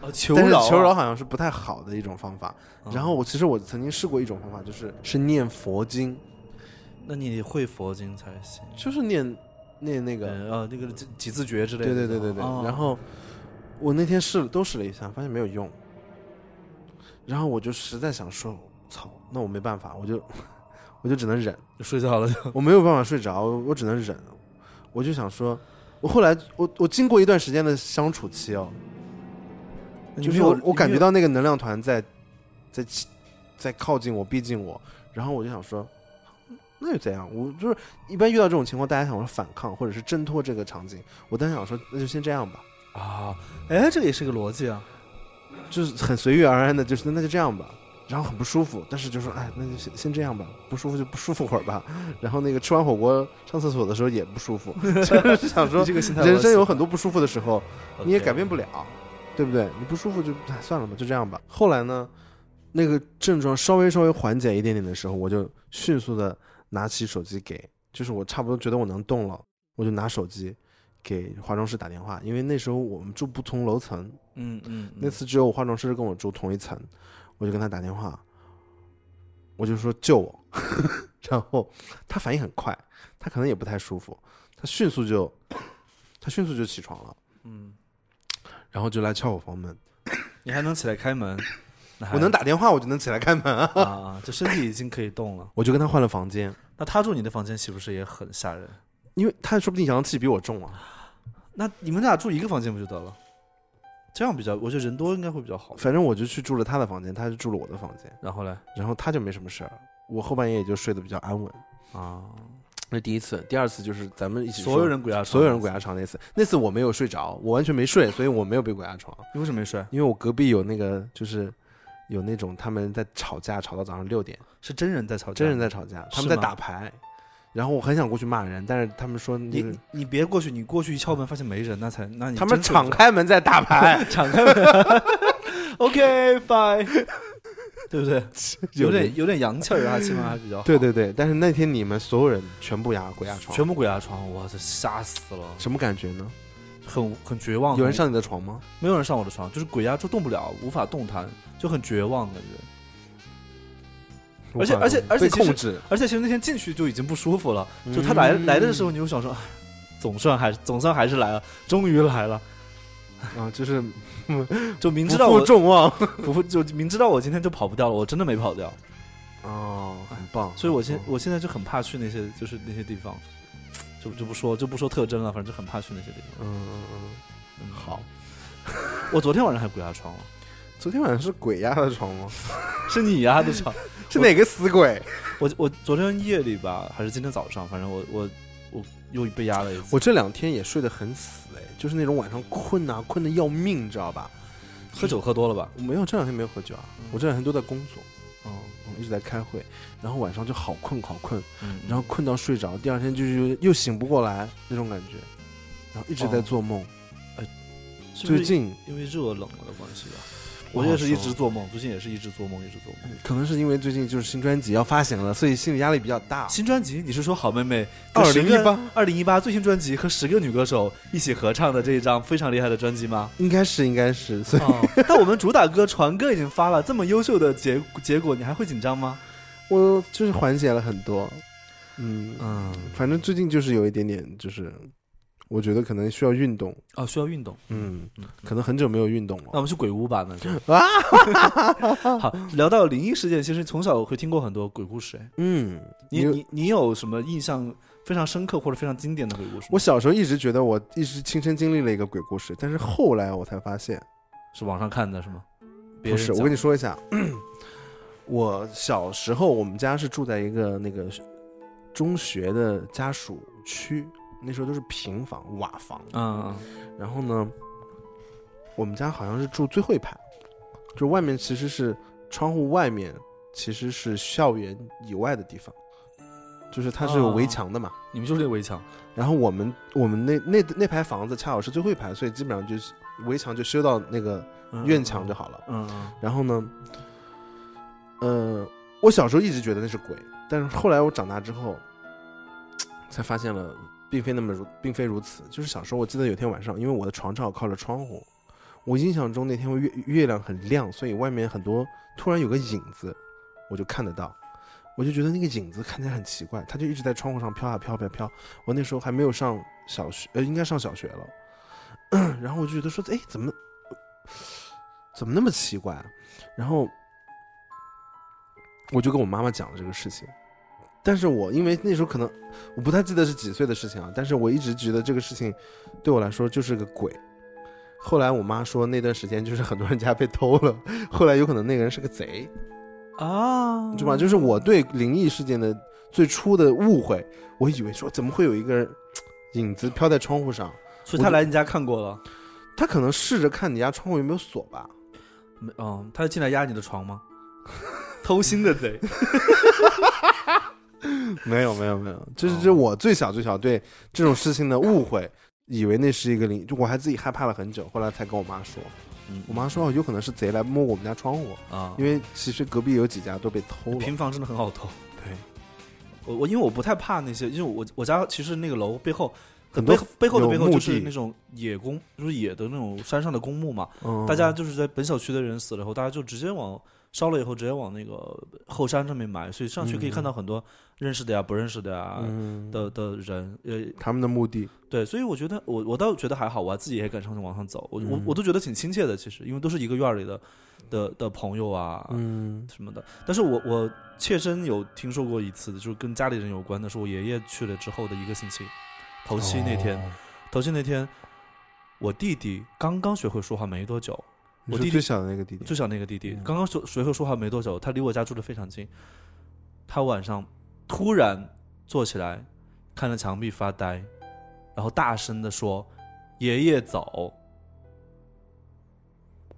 [SPEAKER 2] 哦求
[SPEAKER 1] 但是
[SPEAKER 2] 饶啊，
[SPEAKER 1] 求饶好像是不太好的一种方法。
[SPEAKER 2] 嗯。
[SPEAKER 1] 然后我其实我曾经试过一种方法，就是是念佛经，
[SPEAKER 2] 那你得会佛经才行。
[SPEAKER 1] 就是念念那个，
[SPEAKER 2] 呃，那个几几字诀之类
[SPEAKER 1] 对
[SPEAKER 2] 的
[SPEAKER 1] 对
[SPEAKER 2] 那种。
[SPEAKER 1] 对对对。
[SPEAKER 2] 哦
[SPEAKER 1] 然后我那天试了都试了一下，发现没有用。然后我就实在想说，操，那我没办法，我就 我就 只能忍。
[SPEAKER 2] 就睡觉了就。
[SPEAKER 1] 我没有办法睡着，我只能忍。我就想说，我后来我我经过一段时间的相处期哦，就是我我感觉到那个能量团在在起在靠近我，逼近我，然后我就想说，那又怎样？我就是一般遇到这种情况，大家想说反抗或者是挣脱这个场景，我当时想说，那就先这样吧，
[SPEAKER 2] 啊，哎，这个也是个逻辑啊。
[SPEAKER 1] 就是很随遇而安的，就是那就这样吧。然后很不舒服，但是就说，哎，那就先先这样吧，不舒服就不舒服会儿吧。 然后那个吃完火锅上厕所的时候也不舒服， 就是想说
[SPEAKER 2] 你这个心态，
[SPEAKER 1] 人生有很多不舒服的时候，
[SPEAKER 2] OK
[SPEAKER 1] 你也改变不了，对不对？你不舒服就哎算了吧，就这样吧。后来呢，那个症状稍微稍微缓解一点点的时候，我就迅速的拿起手机给，就是我差不多觉得我能动了，我就拿手机给化妆师打电话，因为那时候我们住不同楼层，
[SPEAKER 2] 嗯嗯，
[SPEAKER 1] 那次只有我化妆师跟我住同一层，我就跟他打电话，我就说救我， 然后他反应很快，他可能也不太舒服，他迅速就他迅速就起床了，
[SPEAKER 2] 嗯，
[SPEAKER 1] 然后就来敲我房门，
[SPEAKER 2] 你还能起来开 门，那还
[SPEAKER 1] 我能打电话我就能起来开门啊，
[SPEAKER 2] 啊啊，就身体已经可以动了。
[SPEAKER 1] 我就跟他换了房间，
[SPEAKER 2] 那他住你的房间岂不是也很吓人？
[SPEAKER 1] 因为他说不定阳气比我重啊，
[SPEAKER 2] 那你们俩住一个房间不就得了？这样比较，我觉得人多应该会比较好。
[SPEAKER 1] 反正我就去住了他的房间，他就住了我的房间，
[SPEAKER 2] 然后嘞，
[SPEAKER 1] 然后他就没什么事儿，我后半夜也就睡得比较安稳。
[SPEAKER 2] 啊，
[SPEAKER 1] 那第一次，第二次就是咱们一起
[SPEAKER 2] 所
[SPEAKER 1] 说
[SPEAKER 2] 有人鬼压床，
[SPEAKER 1] 所有人鬼压床那次，那次我没有睡着，我完全没睡，所以我没有被鬼压床，
[SPEAKER 2] 你为什么没睡？
[SPEAKER 1] 因为我隔壁有那个就是有那种他们在吵架，吵到早上六点，
[SPEAKER 2] 是真人在吵架，
[SPEAKER 1] 真人在吵架，他们在打牌，然后我很想过去骂人，但是他们说就
[SPEAKER 2] 你
[SPEAKER 1] 是
[SPEAKER 2] 你你别过去，你过去一敲门发现没人，那才那你
[SPEAKER 1] 他们
[SPEAKER 2] 真是
[SPEAKER 1] 敞开门在打牌，
[SPEAKER 2] 敞 开门，OK fine，对 不对？有
[SPEAKER 1] 人
[SPEAKER 2] 点有点洋气儿啊，起码还比较好。
[SPEAKER 1] 对对对，但是那天你们所有人全部压鬼压床，
[SPEAKER 2] 全部鬼压床，我这吓死了，
[SPEAKER 1] 什么感觉呢？
[SPEAKER 2] 很很绝望。
[SPEAKER 1] 有人
[SPEAKER 2] 很
[SPEAKER 1] 上你的床吗？
[SPEAKER 2] 没有人上我的床，就是鬼压就动不了，无法动弹，就很绝望感觉。而且
[SPEAKER 1] 我靠
[SPEAKER 2] 而且而且
[SPEAKER 1] 被
[SPEAKER 2] 其实
[SPEAKER 1] 控制，
[SPEAKER 2] 而且其实那天进去就已经不舒服了，就他来、
[SPEAKER 1] 嗯
[SPEAKER 2] 来的时候，你就想说，哎总算还总算还是来了，终于来了，
[SPEAKER 1] 啊，就是
[SPEAKER 2] 就明
[SPEAKER 1] 不
[SPEAKER 2] 知道
[SPEAKER 1] 负
[SPEAKER 2] 我
[SPEAKER 1] 众 望
[SPEAKER 2] 不会就明知道我今天就跑不掉了，我真的没跑掉，
[SPEAKER 1] 哦，很棒。
[SPEAKER 2] 所以我现
[SPEAKER 1] 很棒
[SPEAKER 2] 我现在就很怕去那些就是那些地方，就就不说就不说特征了，反正就很怕去那些地方。
[SPEAKER 1] 嗯嗯嗯，
[SPEAKER 2] 嗯，
[SPEAKER 1] 好，
[SPEAKER 2] 我昨天晚上还鬼压床了，
[SPEAKER 1] 昨天晚上是鬼压的 床吗？
[SPEAKER 2] 是你压的床。
[SPEAKER 1] 是哪个死鬼？
[SPEAKER 2] 我我昨天夜里吧，还是今天早上，反正我我我又被压了一次。
[SPEAKER 1] 我这两天也睡得很死哎，就是那种晚上困啊，困得要命，你知道吧？
[SPEAKER 2] 喝酒喝多了吧？
[SPEAKER 1] 我没有这两天没有喝酒啊，
[SPEAKER 2] 嗯
[SPEAKER 1] 我这两天都在工作，
[SPEAKER 2] 哦，
[SPEAKER 1] 嗯一直在开会，然后晚上就好困好困，
[SPEAKER 2] 嗯，
[SPEAKER 1] 然后困到睡着，第二天就是又醒不过来那种感觉，然后一直
[SPEAKER 2] 哦
[SPEAKER 1] 在做梦。
[SPEAKER 2] 是不是
[SPEAKER 1] 最近
[SPEAKER 2] 因为热冷了的关系吧，
[SPEAKER 1] 不
[SPEAKER 2] 我
[SPEAKER 1] 好
[SPEAKER 2] 也是一直
[SPEAKER 1] 说嗯
[SPEAKER 2] 做梦，最近也是一直做梦，一直做梦。
[SPEAKER 1] 可能是因为最近就是新专辑要发行了，所以心理压力比较大。
[SPEAKER 2] 新专辑，你是说好妹妹
[SPEAKER 1] 二零一八
[SPEAKER 2] 二零一八最新专辑和十个女歌手一起合唱的这一张非常厉害的专辑吗？
[SPEAKER 1] 应该是应该是，所 以
[SPEAKER 2] 哦，但我们主打歌《传歌》已经发了，这么优秀的结结果，你还会紧张吗？
[SPEAKER 1] 我就是缓解了很多。嗯，
[SPEAKER 2] 嗯，
[SPEAKER 1] 反正最近就是有一点点，就是我觉得可能需要运动。
[SPEAKER 2] 哦，需要运动。
[SPEAKER 1] 嗯，可能很久没有运动
[SPEAKER 2] 那
[SPEAKER 1] 了。
[SPEAKER 2] 我们去鬼屋吧，那就
[SPEAKER 1] 啊！
[SPEAKER 2] 好，聊到灵异事件，其实从小会听过很多鬼故事。哎
[SPEAKER 1] 嗯，
[SPEAKER 2] 你
[SPEAKER 1] 有
[SPEAKER 2] 你你有什么印象非常深刻或者非常经典的鬼故事吗？
[SPEAKER 1] 我小时候一直觉得我一直亲身经历了一个鬼故事，但是后来我才发现，
[SPEAKER 2] 是网上看的是吗？别
[SPEAKER 1] 不
[SPEAKER 2] 人
[SPEAKER 1] 是。
[SPEAKER 2] 讲
[SPEAKER 1] 我跟你说一下， 我小时候我们家是住在一个那个中学的家属区，那时候都是平房、瓦房。
[SPEAKER 2] 嗯，
[SPEAKER 1] 然后呢，我们家好像是住最后一排，就外面其实是窗户外面其实是校园以外的地方，就是它是有
[SPEAKER 2] 啊
[SPEAKER 1] 围墙的嘛。
[SPEAKER 2] 你们就是那个围墙，
[SPEAKER 1] 然后我们我们那那那排房子恰好是最后一排，所以基本上就是围墙就修到那个
[SPEAKER 2] 嗯
[SPEAKER 1] 院墙就好了。
[SPEAKER 2] 嗯，嗯
[SPEAKER 1] 然后呢，呃，我小时候一直觉得那是鬼，但是后来我长大之后，才发现了并非那么如并非如此。就是小时候我记得有天晚上，因为我的床正好靠着窗户，我印象中那天月月亮很亮，所以外面很多突然有个影子，我就看得到。我就觉得那个影子看起来很奇怪，它就一直在窗户上飘啊飘飘飘。我那时候还没有上小学，呃，应该上小学了。 然后我就觉得说，哎，怎么怎么那么奇怪啊、然后我就跟我妈妈讲了这个事情，但是我因为那时候可能我不太记得是几岁的事情啊，但是我一直觉得这个事情对我来说就是个鬼。后来我妈说那段时间就是很多人家被偷了，后来有可能那个人是个贼，
[SPEAKER 2] 啊，
[SPEAKER 1] 对吧？就是我对灵异事件的最初的误会，我以为说怎么会有一个人影子飘在窗户上，
[SPEAKER 2] 所以他来你家看过了，
[SPEAKER 1] 他可能试着看你家窗户有没有锁吧，
[SPEAKER 2] 没嗯，他进来压你的床吗？偷腥的贼，
[SPEAKER 1] 没有没有没有，这是
[SPEAKER 2] 哦
[SPEAKER 1] 这是我最小最小对这种事情的误会，以为那是一个灵，就我还自己害怕了很久，后来才跟我妈说，
[SPEAKER 2] 嗯
[SPEAKER 1] 我妈说哦有可能是贼来摸我们家窗户，
[SPEAKER 2] 啊，
[SPEAKER 1] 因为其实隔壁有几家都被偷了。
[SPEAKER 2] 平房真的很好偷。
[SPEAKER 1] 对，
[SPEAKER 2] 我我因为我不太怕那些，因为我我家其实那个楼背后
[SPEAKER 1] 很
[SPEAKER 2] 背
[SPEAKER 1] 多
[SPEAKER 2] 后背后的
[SPEAKER 1] 有
[SPEAKER 2] 背后就
[SPEAKER 1] 墓
[SPEAKER 2] 是
[SPEAKER 1] 地
[SPEAKER 2] 那种野公，就是野的那种山上的公墓嘛。
[SPEAKER 1] 嗯
[SPEAKER 2] 大家就是在本小区的人死了以后，大家就直接往烧了以后直接往那个后山上面埋，所以上去可以看到很多认识的呀、不认识的呀。
[SPEAKER 1] 嗯
[SPEAKER 2] 的的人，呃，
[SPEAKER 1] 他们的墓地，
[SPEAKER 2] 对，所以我觉得我我倒觉得还好，我自己也敢上去往上走，我、我
[SPEAKER 1] 嗯
[SPEAKER 2] 我都觉得挺亲切的，其实，因为都是一个院儿里的的的朋友啊，
[SPEAKER 1] 嗯
[SPEAKER 2] 什么的。但是我我切身有听说过一次的，就是跟家里人有关的，是我爷爷去了之后的一个星期，头七那天，
[SPEAKER 1] 哦
[SPEAKER 2] 头七那天，我弟弟刚刚学会说话没多久，
[SPEAKER 1] 你
[SPEAKER 2] 我
[SPEAKER 1] 是
[SPEAKER 2] 弟弟
[SPEAKER 1] 最小的那个弟弟，
[SPEAKER 2] 最小那个弟弟
[SPEAKER 1] 嗯
[SPEAKER 2] 刚刚学学会说话没多久，他离我家住的非常近，他晚上突然坐起来，看着墙壁发呆，然后大声的说：“爷爷早。”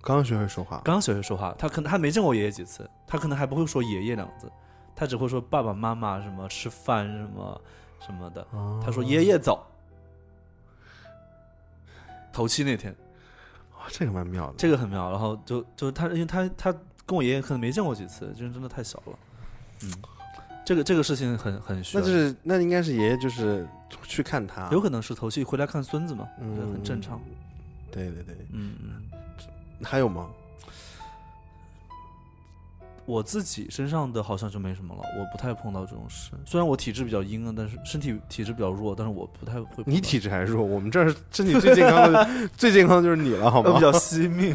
[SPEAKER 1] 刚刚学会说话，
[SPEAKER 2] 刚学会说话，他可能还没见过爷爷几次，他可能还不会说爷爷两个字，他只会说爸爸妈妈什么吃饭什么什么的。
[SPEAKER 1] 哦
[SPEAKER 2] 他说爷爷走。头七那天，
[SPEAKER 1] 哇这个蛮妙的，
[SPEAKER 2] 这个很妙。然后就就是他，因为他他跟我爷爷可能没见过几次，就是真的太小了。嗯，这个这个事情很很需
[SPEAKER 1] 那
[SPEAKER 2] 要，
[SPEAKER 1] 就是那应该是爷爷就是去看他，
[SPEAKER 2] 有可能是头七回来看孙子嘛，
[SPEAKER 1] 嗯
[SPEAKER 2] 这很正常。
[SPEAKER 1] 对对对，
[SPEAKER 2] 嗯嗯。
[SPEAKER 1] 还有吗？
[SPEAKER 2] 我自己身上的好像就没什么了，我不太碰到这种事。虽然我体质比较阴啊，但是身体体质比较弱，但是我不太会碰到。
[SPEAKER 1] 你体质还弱，我们这儿身体 最健康的最健康的就是你了，好
[SPEAKER 2] 我
[SPEAKER 1] 吗
[SPEAKER 2] 比？较惜 命，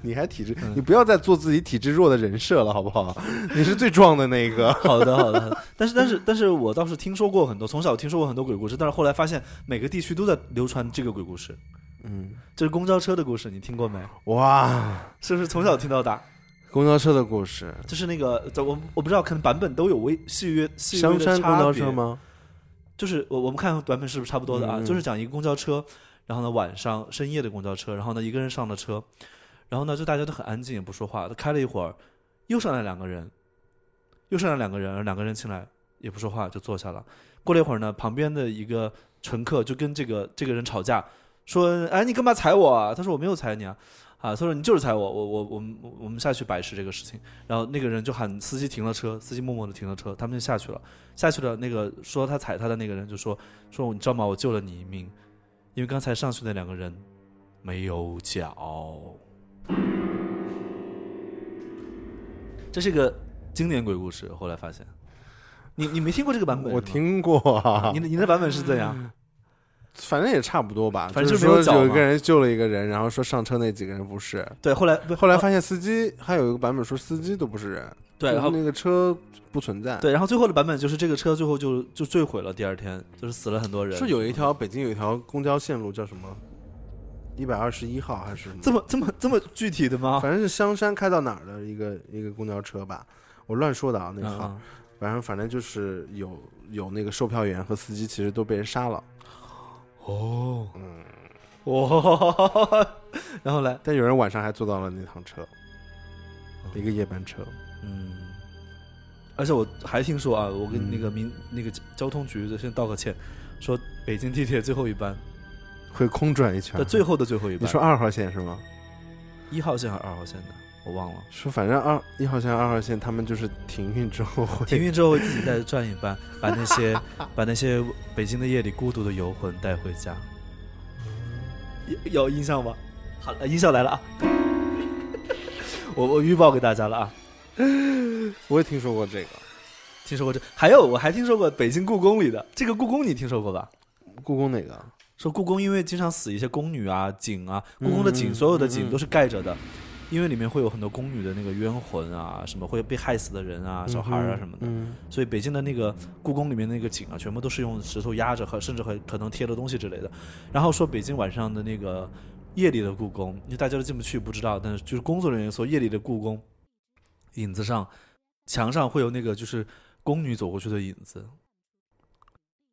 [SPEAKER 1] 你还体质
[SPEAKER 2] 嗯，
[SPEAKER 1] 你不要再做自己体质弱的人设了，好不 好？你是最壮的那一个。
[SPEAKER 2] 好的好的。好的但是但是但是我倒是听说过很多，从小听说过很多鬼故事，但是后来发现每个地区都在流传这个鬼故事，
[SPEAKER 1] 嗯，
[SPEAKER 2] 这是公交车的故事，你听过没？
[SPEAKER 1] 哇，
[SPEAKER 2] 是不是从小听到大？
[SPEAKER 1] 公交车的故事，
[SPEAKER 2] 就是那个，我我不知道，可能版本都有微细约细微的
[SPEAKER 1] 香山公
[SPEAKER 2] 差
[SPEAKER 1] 交
[SPEAKER 2] 别
[SPEAKER 1] 车吗？
[SPEAKER 2] 就是我我们看短片是不是差不多的啊？
[SPEAKER 1] 嗯嗯
[SPEAKER 2] 就是讲一个公交车，然后呢晚上深夜的公交车，然后呢一个人上了车，然后呢就大家都很安静也不说话，开了一会儿，又上来两个人，又上来两个人，两个人进来也不说话就坐下了。过了一会儿呢，旁边的一个乘客就跟这个这个人吵架，说：“哎，你干嘛踩我啊？”他说：“我没有踩你啊。”啊，他说你就是踩我，我我我们我们下去摆事这个事情，然后那个人就喊司机停了车，司机默默的停了车，他们就下去了。下去了，那个说他踩他的那个人就说说你知道吗？我救了你一命，因为刚才上去那两个人没有脚。这是个经典鬼故事，后来发现，你你没听过这个版本？
[SPEAKER 1] 我
[SPEAKER 2] 是吗，
[SPEAKER 1] 听过嗯啊
[SPEAKER 2] 你，的你的版本是怎样？
[SPEAKER 1] 反正也差不多吧。
[SPEAKER 2] 反正
[SPEAKER 1] 就
[SPEAKER 2] 就是是没有
[SPEAKER 1] 说
[SPEAKER 2] 脚嘛
[SPEAKER 1] 有一个人救了一个人，然后说上车那几个人不是。
[SPEAKER 2] 对，后来
[SPEAKER 1] 后来发现司机还有一个版本说司机都不是人，
[SPEAKER 2] 对，
[SPEAKER 1] 就是
[SPEAKER 2] 然后
[SPEAKER 1] 那个车不存在。，
[SPEAKER 2] 对，然后最后的版本就是这个车最后就就坠毁了，第二天就是死了很多人。
[SPEAKER 1] 是有一条北京有一条公交线路叫什么？一百二十一号还是什么？
[SPEAKER 2] 这么这么这么具体的吗？
[SPEAKER 1] 反正是香山开到哪儿的一个一个公交车吧，我乱说的啊，那个号，
[SPEAKER 2] 啊，
[SPEAKER 1] 反正反正就是有有那个售票员和司机其实都被人杀了，
[SPEAKER 2] 哦，哇， 然后来。
[SPEAKER 1] 但有人
[SPEAKER 2] 啊
[SPEAKER 1] 晚上还坐到了那趟车，一个夜班车，
[SPEAKER 2] 嗯，而且我还听说啊，我跟
[SPEAKER 1] 嗯
[SPEAKER 2] 那个民、那个交通局的先道个歉，说北京地铁最后一班
[SPEAKER 1] 会空转一圈
[SPEAKER 2] 的。最后的最后一班，
[SPEAKER 1] 嗯你说二号线是吗？
[SPEAKER 2] 一号线还是二号线的，我忘了。
[SPEAKER 1] 说反正二一号线、二号线他们就是停运之后会
[SPEAKER 2] 停运之后会自己再转一班，把那些把那些北京的夜里孤独的游魂带回家。有有印象吗？好了，音效来了啊！ 我我预报给大家了啊！
[SPEAKER 1] 我也听说过这个
[SPEAKER 2] 听说过这，还有我还听说过北京故宫里的这个故宫，你听说过吧？
[SPEAKER 1] 故宫哪个？
[SPEAKER 2] 说故宫因为经常死一些宫女啊、井啊，故宫的井、
[SPEAKER 1] 嗯
[SPEAKER 2] 所有的
[SPEAKER 1] 嗯
[SPEAKER 2] 井
[SPEAKER 1] 嗯
[SPEAKER 2] 都是盖着的，因为里面会有很多宫女的那个冤魂啊，什么会被害死的人啊、小孩儿啊什么的，
[SPEAKER 1] 嗯
[SPEAKER 2] 所以北京的那个故宫里面那个井啊，全部都是用石头压着和甚至和可能贴了东西之类的。然后说北京晚上的那个夜里的故宫，因为大家都进不去，不知道，但是就是工作人员说夜里的故宫影子上墙上会有那个就是宫女走过去的影子。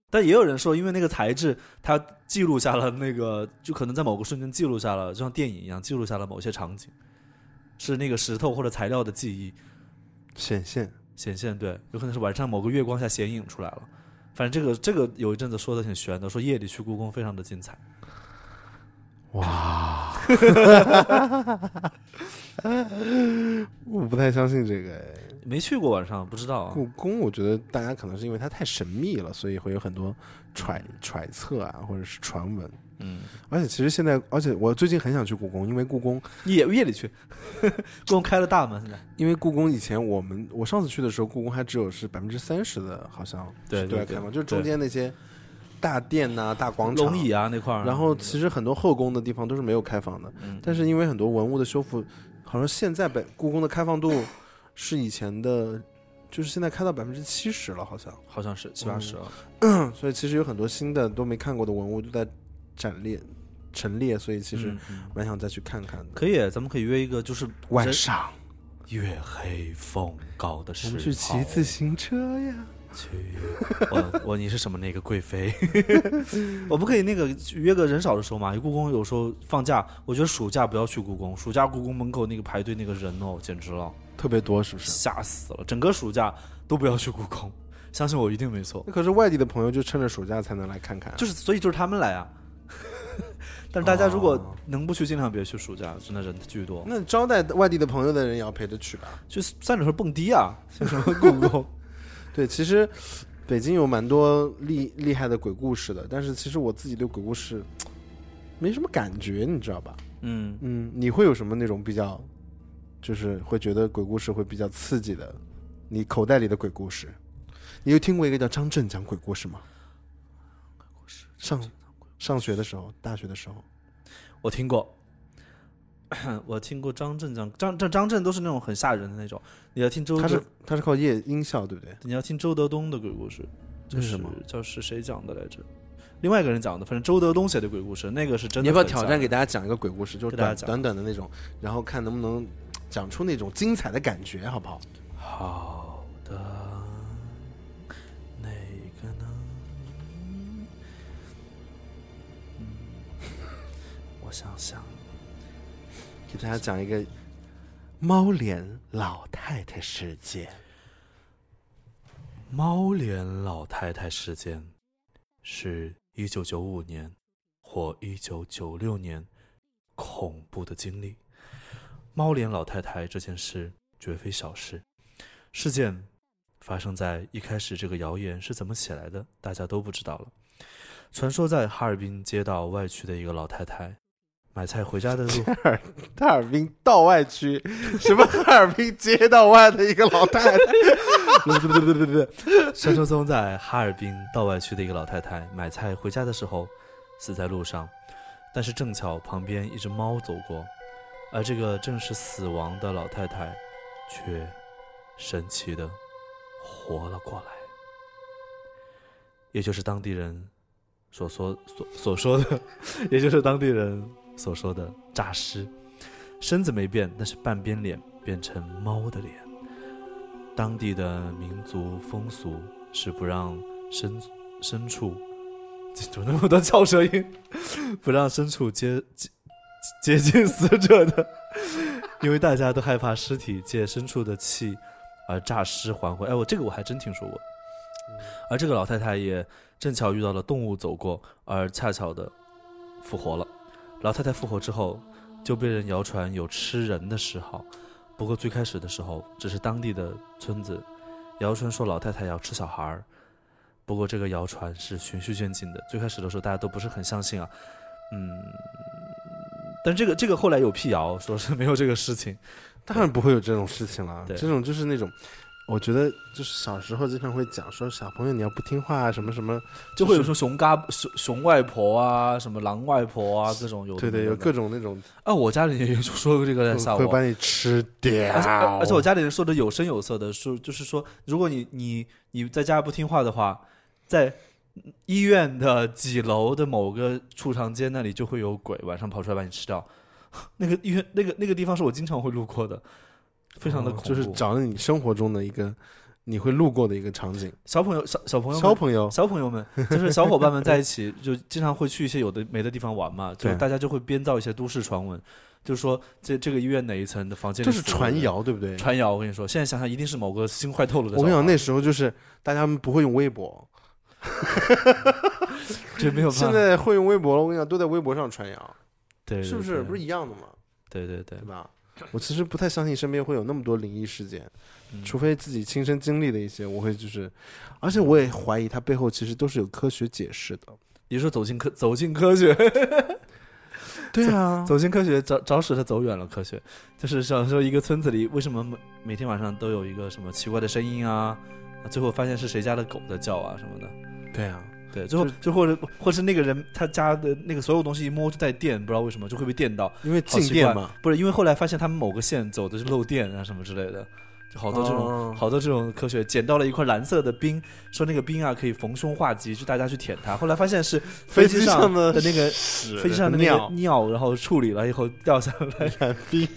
[SPEAKER 2] 但也有人说，因为那个材质，它记录下了那个，就可能在某个瞬间记录下了，就像电影一样记录下了某些场景，是那个石头或者材料的记忆。
[SPEAKER 1] 显现。
[SPEAKER 2] 显现，对，有可能是晚上某个月光下显影出来了。反正这个这个有一阵子说的挺悬的，说夜里去故宫非常的精彩。
[SPEAKER 1] 哇！ 我不太相信这个哎，
[SPEAKER 2] 没去过晚上不知道啊。
[SPEAKER 1] 故宫，我觉得大家可能是因为它太神秘了，所以会有很多揣揣测啊，或者是传闻。
[SPEAKER 2] 嗯，
[SPEAKER 1] 而且其实现在，而且我最近很想去故宫，因为故宫，
[SPEAKER 2] 夜夜里去， 故宫开了大门现在。
[SPEAKER 1] 因为故宫以前我们我上次去的时候，故宫还只有是百分之三十的，好像
[SPEAKER 2] 对
[SPEAKER 1] 是对外
[SPEAKER 2] 对
[SPEAKER 1] 开放，
[SPEAKER 2] 对
[SPEAKER 1] 就是中间那些大殿呐、大广场
[SPEAKER 2] 龙椅啊那块儿，
[SPEAKER 1] 然后其实很多后宫的地方都是没有开放的，
[SPEAKER 2] 嗯
[SPEAKER 1] 但是因为很多文物的修复，好像现在北故宫的开放度是以前的，就是现在开到百分之七十了，好像。
[SPEAKER 2] 好像是七八十啊。
[SPEAKER 1] 嗯， 所以其实有很多新的都没看过的文物都在展列陈列，所以其实
[SPEAKER 2] 嗯嗯
[SPEAKER 1] 蛮想再去看看的。
[SPEAKER 2] 可以，咱们可以约一个，就是
[SPEAKER 1] 晚
[SPEAKER 2] 人
[SPEAKER 1] 上
[SPEAKER 2] 月黑风高的时
[SPEAKER 1] 我
[SPEAKER 2] 候
[SPEAKER 1] 们去骑自行车呀，
[SPEAKER 2] 去。我我你是什么那个贵妃？ 我们可以那个约个人少的时候嘛，因为故宫有时候放假，我觉得暑假不要去故宫，暑假故宫门口那个排队那个人哦，简直了，
[SPEAKER 1] 特别多是不是？
[SPEAKER 2] 吓死了！整个暑假都不要去故宫， 相信我一定没错。
[SPEAKER 1] 那可是外地的朋友就趁着暑假才能来看看啊，
[SPEAKER 2] 就是所以就是他们来啊， 但是大家如
[SPEAKER 1] 哦
[SPEAKER 2] 果能不去，尽量别去暑假，真的人巨多，
[SPEAKER 1] 那招待外地的朋友的人也要陪着去吧。
[SPEAKER 2] 去三里屯蹦迪 啊，去什么故宫？
[SPEAKER 1] 对，其实北京有蛮多厉厉害的鬼故事的，但是其实我自己对鬼故事没什么感觉，你知道吧？
[SPEAKER 2] 嗯，
[SPEAKER 1] 嗯，你会有什么那种比较，就是会觉得鬼故事会比较刺激的？你口袋里的鬼故事，你有听过一个叫张震讲鬼故事吗？上上学的时候，大学的时候，
[SPEAKER 2] 我听过， 我听过张震讲张张张震都是那种很吓人的那种，你要听周
[SPEAKER 1] 他
[SPEAKER 2] 德
[SPEAKER 1] 是他是靠夜音效，对不对？
[SPEAKER 2] 你要听周德东的鬼故事，
[SPEAKER 1] 这
[SPEAKER 2] 就是是
[SPEAKER 1] 什么
[SPEAKER 2] 叫是谁讲的来着？另外一个人讲的，反正周德东写的鬼故事，那个是真的。
[SPEAKER 1] 你要不要挑战给？大家讲一个鬼故事，就是
[SPEAKER 2] 给大家
[SPEAKER 1] 短
[SPEAKER 2] 讲
[SPEAKER 1] 短短的那种，然后看能不能讲出那种精彩的感觉，好不好？
[SPEAKER 2] 好的，哪个呢？嗯，我想想，
[SPEAKER 1] 给大家讲一个猫脸老太太事件。
[SPEAKER 2] 猫脸老太太事件是一九九五年或一九九六年恐怖的经历。猫脸老太太这件事绝非小事，事件发生在一开始这个谣言是怎么起来的，大家都不知道了。传说在哈尔滨街道外区的一个老太太买菜回家的路，
[SPEAKER 1] 哈尔滨道外区，什么哈尔滨街道外的一个老太太，
[SPEAKER 2] 对对对对对对，山中宗在哈尔滨道外区的一个老太太买菜回家的时候，死在路上，但是正巧旁边一只猫走过，而这个正是死亡的老太太，却神奇的活了过来，也就是当地人所说所所说的， 也就是当地人所说的诈尸，身子没变，但是半边脸变成猫的脸。当地的民族风俗是不让牲牲畜，怎么那么多翘舌音？不让牲畜接接 接近死者的，因为大家都害怕尸体借牲畜的气而诈尸还魂。哎，我这个我还真听说过。而这个老太太也正巧遇到了动物走过，而恰巧的复活了。老太太复活之后，就被人谣传有吃人的嗜好。不过最开始的时候，只是当地的村子谣传说老太太要吃小孩儿。不过这个谣传是循序渐进的，最开始的时候大家都不是很相信啊。嗯，但这个这个后来有辟谣，说是没有这个事情。
[SPEAKER 1] 当然不会有这种事情了。
[SPEAKER 2] 对
[SPEAKER 1] 这种就是那种，我觉得就是小时候经常会讲说小朋友你要不听话啊什么什么，
[SPEAKER 2] 就会有说熊嘎熊熊外婆啊，什么狼外婆啊，各种有的
[SPEAKER 1] 对对，
[SPEAKER 2] 没
[SPEAKER 1] 有
[SPEAKER 2] 的
[SPEAKER 1] 各种那种
[SPEAKER 2] 啊，我家里也有说过这个在吓
[SPEAKER 1] 会
[SPEAKER 2] 我，
[SPEAKER 1] 把你吃掉。
[SPEAKER 2] 而且而且我家里人说的有声有色的，说就是说，如果你你你在家不听话的话，在医院的几楼的某个储藏间那里就会有鬼晚上跑出来把你吃掉。 那个医院那个那个地方是我经常会路过的，非常的
[SPEAKER 1] 哦
[SPEAKER 2] 恐怖。
[SPEAKER 1] 就是找了你生活中的一个你会路过的一个场景。
[SPEAKER 2] 小朋友小小朋友们
[SPEAKER 1] 小朋友，
[SPEAKER 2] 小朋友们，就是小伙伴们在一起，就经常会去一些有的没的地方玩嘛，就
[SPEAKER 1] 对
[SPEAKER 2] 大家就会编造一些都市传闻，就说这这个医院哪一层的房间里
[SPEAKER 1] 这是
[SPEAKER 2] 死了
[SPEAKER 1] 传
[SPEAKER 2] 人，
[SPEAKER 1] 谣，对不对？
[SPEAKER 2] 传谣。我跟你说，现在想想一定是某个心坏透了的
[SPEAKER 1] 我
[SPEAKER 2] 小
[SPEAKER 1] 跟
[SPEAKER 2] 孩。
[SPEAKER 1] 你讲，那时候就是大家不会用微博，
[SPEAKER 2] 这没有办法，
[SPEAKER 1] 现在会用微博了。我跟你讲，都在微博上传谣，
[SPEAKER 2] 对
[SPEAKER 1] 是不是？不是
[SPEAKER 2] 是？
[SPEAKER 1] 一样的吗？
[SPEAKER 2] 对对对
[SPEAKER 1] 对，吧？我其实不太相信身边会有那么多灵异事件，
[SPEAKER 2] 嗯
[SPEAKER 1] 除非自己亲身经历的一些，我会就是，而且我也怀疑它背后其实都是有科学解释的。
[SPEAKER 2] 你说走进科走进科学，
[SPEAKER 1] 对啊，
[SPEAKER 2] 走进科学找找使他走远了科学，就是想说一个村子里为什么每每天晚上都有一个什么奇怪的声音啊，啊最后发现是谁家的狗在叫啊什么的。
[SPEAKER 1] 对啊，
[SPEAKER 2] 对，最后就或者或是那个人他家的那个所有东西一摸就带电，不知道为什么就会被电到。
[SPEAKER 1] 因为
[SPEAKER 2] 好
[SPEAKER 1] 静
[SPEAKER 2] 奇
[SPEAKER 1] 电
[SPEAKER 2] 怪
[SPEAKER 1] 嘛，
[SPEAKER 2] 不是因为后来发现他们某个线走的是漏电啊什么之类的，就好多这种、
[SPEAKER 1] 哦
[SPEAKER 2] 好多这种科学捡到了一块蓝色的冰，说那个冰啊可以逢凶化吉，就大家去舔它。后来发现是
[SPEAKER 1] 飞
[SPEAKER 2] 机
[SPEAKER 1] 机上
[SPEAKER 2] 的
[SPEAKER 1] 的
[SPEAKER 2] 那 个
[SPEAKER 1] 屎
[SPEAKER 2] 飞机上的那个
[SPEAKER 1] 尿
[SPEAKER 2] 尿，然后处理了以后掉下来，
[SPEAKER 1] 染冰，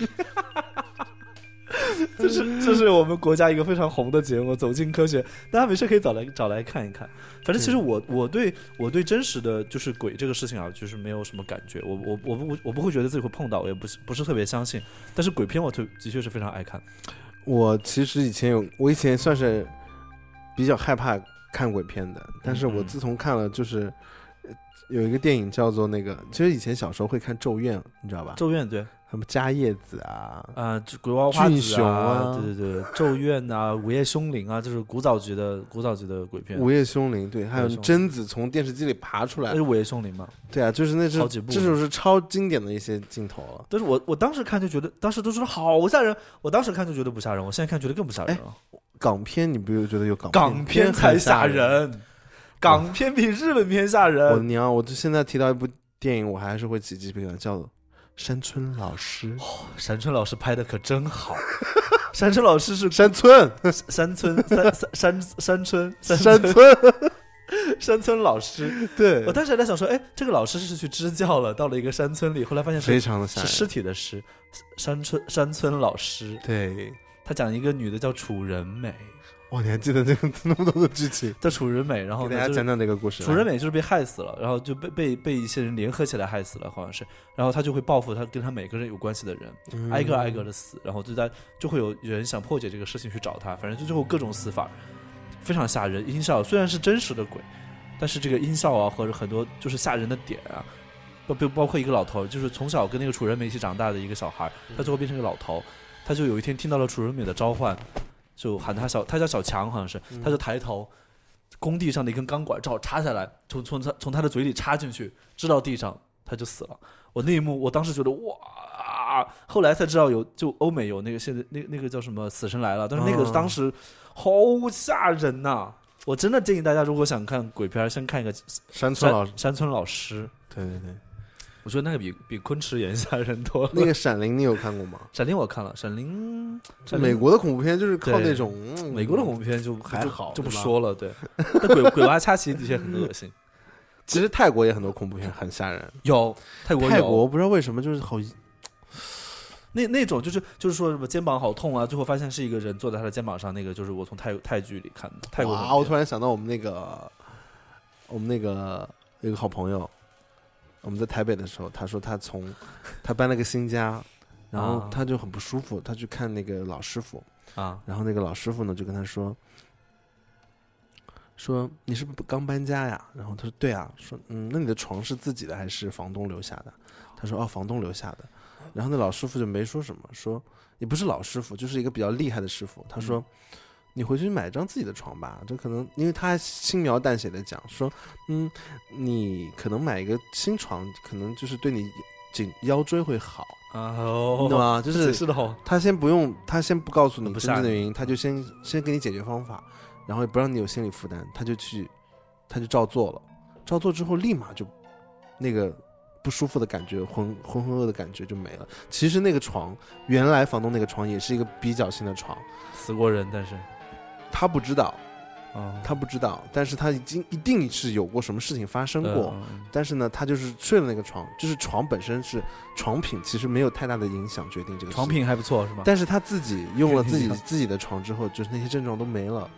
[SPEAKER 2] 这是这是我们国家一个非常红的节目《走进科学》，大家没事可以找来找来看一看。反正其实我我对我对真实的就是鬼这个事情啊，就是没有什么感觉，我我我不我不会觉得自己会碰到，我也不是不是特别相信。但是鬼片我特的确是非常爱看，
[SPEAKER 1] 我其实以前有，我以前算是比较害怕看鬼片的，但是我
[SPEAKER 2] 嗯
[SPEAKER 1] 自从看了就是。呃有一个电影叫做那个，其实以前小时候会看《咒怨》，你知道吧？
[SPEAKER 2] 《咒怨》对
[SPEAKER 1] 什么加叶子啊，
[SPEAKER 2] 啊，这鬼娃娃
[SPEAKER 1] 俊
[SPEAKER 2] 子
[SPEAKER 1] 雄
[SPEAKER 2] 啊，
[SPEAKER 1] 啊
[SPEAKER 2] 对对对，《咒怨》啊，《午夜凶铃》啊，就是古早局的古早局的鬼片，
[SPEAKER 1] 午夜凶铃，对，还有
[SPEAKER 2] 午夜凶铃
[SPEAKER 1] 贞子从电视机里爬出
[SPEAKER 2] 那
[SPEAKER 1] 来
[SPEAKER 2] 是，《午夜凶铃》嘛。
[SPEAKER 1] 对啊，就是
[SPEAKER 2] 好
[SPEAKER 1] 那是
[SPEAKER 2] 几部
[SPEAKER 1] 这就是超经典的一些镜头了。
[SPEAKER 2] 但是我我当时看就觉得，当时都说好吓人，我当时看就觉得不吓人，我现在看觉得更不吓人了。
[SPEAKER 1] 港片你不觉得有港
[SPEAKER 2] 哎港片
[SPEAKER 1] 片
[SPEAKER 2] 才
[SPEAKER 1] 很
[SPEAKER 2] 吓
[SPEAKER 1] 吓？
[SPEAKER 2] 人，港片比日本片吓
[SPEAKER 1] 我
[SPEAKER 2] 人。
[SPEAKER 1] 娘！我就现在提到一部电影，我还是会起鸡皮疙瘩，叫《山村老师》。
[SPEAKER 2] 山村老师拍的可真 好，山村老师是
[SPEAKER 1] 山村，
[SPEAKER 2] 山村山山山山村山
[SPEAKER 1] 山
[SPEAKER 2] 村
[SPEAKER 1] 村，
[SPEAKER 2] 山村老师。
[SPEAKER 1] 对
[SPEAKER 2] 我，当时还在想说，哎，这个老师是去支教了，到了一个山村里，后来发现
[SPEAKER 1] 非
[SPEAKER 2] 是
[SPEAKER 1] 常的吓
[SPEAKER 2] 是尸
[SPEAKER 1] 人。
[SPEAKER 2] 体的尸，山村山村老师。
[SPEAKER 1] 对，
[SPEAKER 2] 他讲一个女的叫楚人美，
[SPEAKER 1] 哇，你还记得这个 那么多的剧情？
[SPEAKER 2] 叫楚人美，然后
[SPEAKER 1] 给大
[SPEAKER 2] 呢
[SPEAKER 1] 家
[SPEAKER 2] 哦就是
[SPEAKER 1] 讲讲这个故事。
[SPEAKER 2] 楚人美就是被害死了，然后就被被被一些人联合起来害死了，好像是，然后他就会报复他跟他每个人有关系的人，
[SPEAKER 1] 嗯
[SPEAKER 2] 挨个挨个的死，然后就在就会有人想破解这个事情去找他，反正就最后各种死法，非常吓人。音效虽然是真实的鬼，但是这个音效啊和很多就是吓人的点啊，包包包括一个老头儿，就是从小跟那个楚人美一起长大的一个小孩儿，他最后变成个老头，他就有一天听到了楚人美的召唤，就喊他小，他叫小强好像是，
[SPEAKER 1] 嗯
[SPEAKER 2] 他就抬头。工地上的一根钢管正好插下来，从从他从他的嘴里插进去，支到地上，他就死了。我那一幕，我当时觉得哇，后来才知道有就欧美有那个现在那那个叫什么《死神来了》，但是那个
[SPEAKER 1] 嗯
[SPEAKER 2] 当时好吓人呐、我真的建议大家，如果想看鬼片儿，先看一个
[SPEAKER 1] 山村
[SPEAKER 2] 山
[SPEAKER 1] 老师，
[SPEAKER 2] 山村老师，
[SPEAKER 1] 对对对，
[SPEAKER 2] 我觉得那个比比昆池岩吓人多了。
[SPEAKER 1] 那个《闪灵》你有看过吗？
[SPEAKER 2] 闪灵我看了，闪灵，闪灵
[SPEAKER 1] 美国的恐怖片就是靠
[SPEAKER 2] 对
[SPEAKER 1] 那种嗯
[SPEAKER 2] 美国的恐怖片就
[SPEAKER 1] 还
[SPEAKER 2] 就
[SPEAKER 1] 好
[SPEAKER 2] 就不
[SPEAKER 1] 对吧
[SPEAKER 2] 说了。对， 但鬼鬼娃恰奇的确很恶心。
[SPEAKER 1] 其实泰国也很多恐怖片很吓人，
[SPEAKER 2] 有泰国有
[SPEAKER 1] 泰国不知道为什么就是好，
[SPEAKER 2] 那那种就是就是说什么肩膀好痛啊，最后发现是一个人坐在他的肩膀上，那个就是我从泰泰剧里看的泰国
[SPEAKER 1] 哇！我
[SPEAKER 2] 恐怖
[SPEAKER 1] 突
[SPEAKER 2] 片。
[SPEAKER 1] 然想到我们那个，我们那个有一个好朋友，我们在台北的时候，他说他从他搬了个新家，然后
[SPEAKER 2] 啊
[SPEAKER 1] 他就很不舒服，他去看那个老师傅，
[SPEAKER 2] 啊，
[SPEAKER 1] 然后那个老师傅呢就跟他说，说你是不是刚搬家呀？然后他说对啊，说嗯，那你的床是自己的还是房东留下的？他说哦，房东留下的。然后那老师傅就没说什么，说也不是老师傅，就是一个比较厉害的师傅。他说，你回去买一张自己的床吧，这可能因为他还轻描淡写的讲说，嗯，你可能买一个新床，可能就是对你颈腰椎会好，
[SPEAKER 2] 啊哦
[SPEAKER 1] 你懂吗？就
[SPEAKER 2] 这
[SPEAKER 1] 是
[SPEAKER 2] 解释的好，
[SPEAKER 1] 他先不用，他先不告诉你
[SPEAKER 2] 不
[SPEAKER 1] 真
[SPEAKER 2] 吓
[SPEAKER 1] 正的
[SPEAKER 2] 你
[SPEAKER 1] 原因，他就先先给你解决方法，然后也不让你有心理负担，他就去，他就照做了。照做之后，立马就那个不舒服的感觉，浑浑浑噩的感觉就没了。其实那个床，原来房东那个床也是一个比较新的床，
[SPEAKER 2] 死过人，但是
[SPEAKER 1] 他不知道，
[SPEAKER 2] 啊，
[SPEAKER 1] 他不知道，但是他已经一定是有过什么事情发生
[SPEAKER 2] 嗯
[SPEAKER 1] 过。
[SPEAKER 2] 嗯嗯
[SPEAKER 1] 但是呢，他就是睡了那个床，就是床本身是床品，其实没有太大的影响决定这个事
[SPEAKER 2] 床
[SPEAKER 1] 情
[SPEAKER 2] 品还不错是吧？
[SPEAKER 1] 但是他自己用了自己
[SPEAKER 2] 你看
[SPEAKER 1] 自己的床之后，就是那些症状都没了。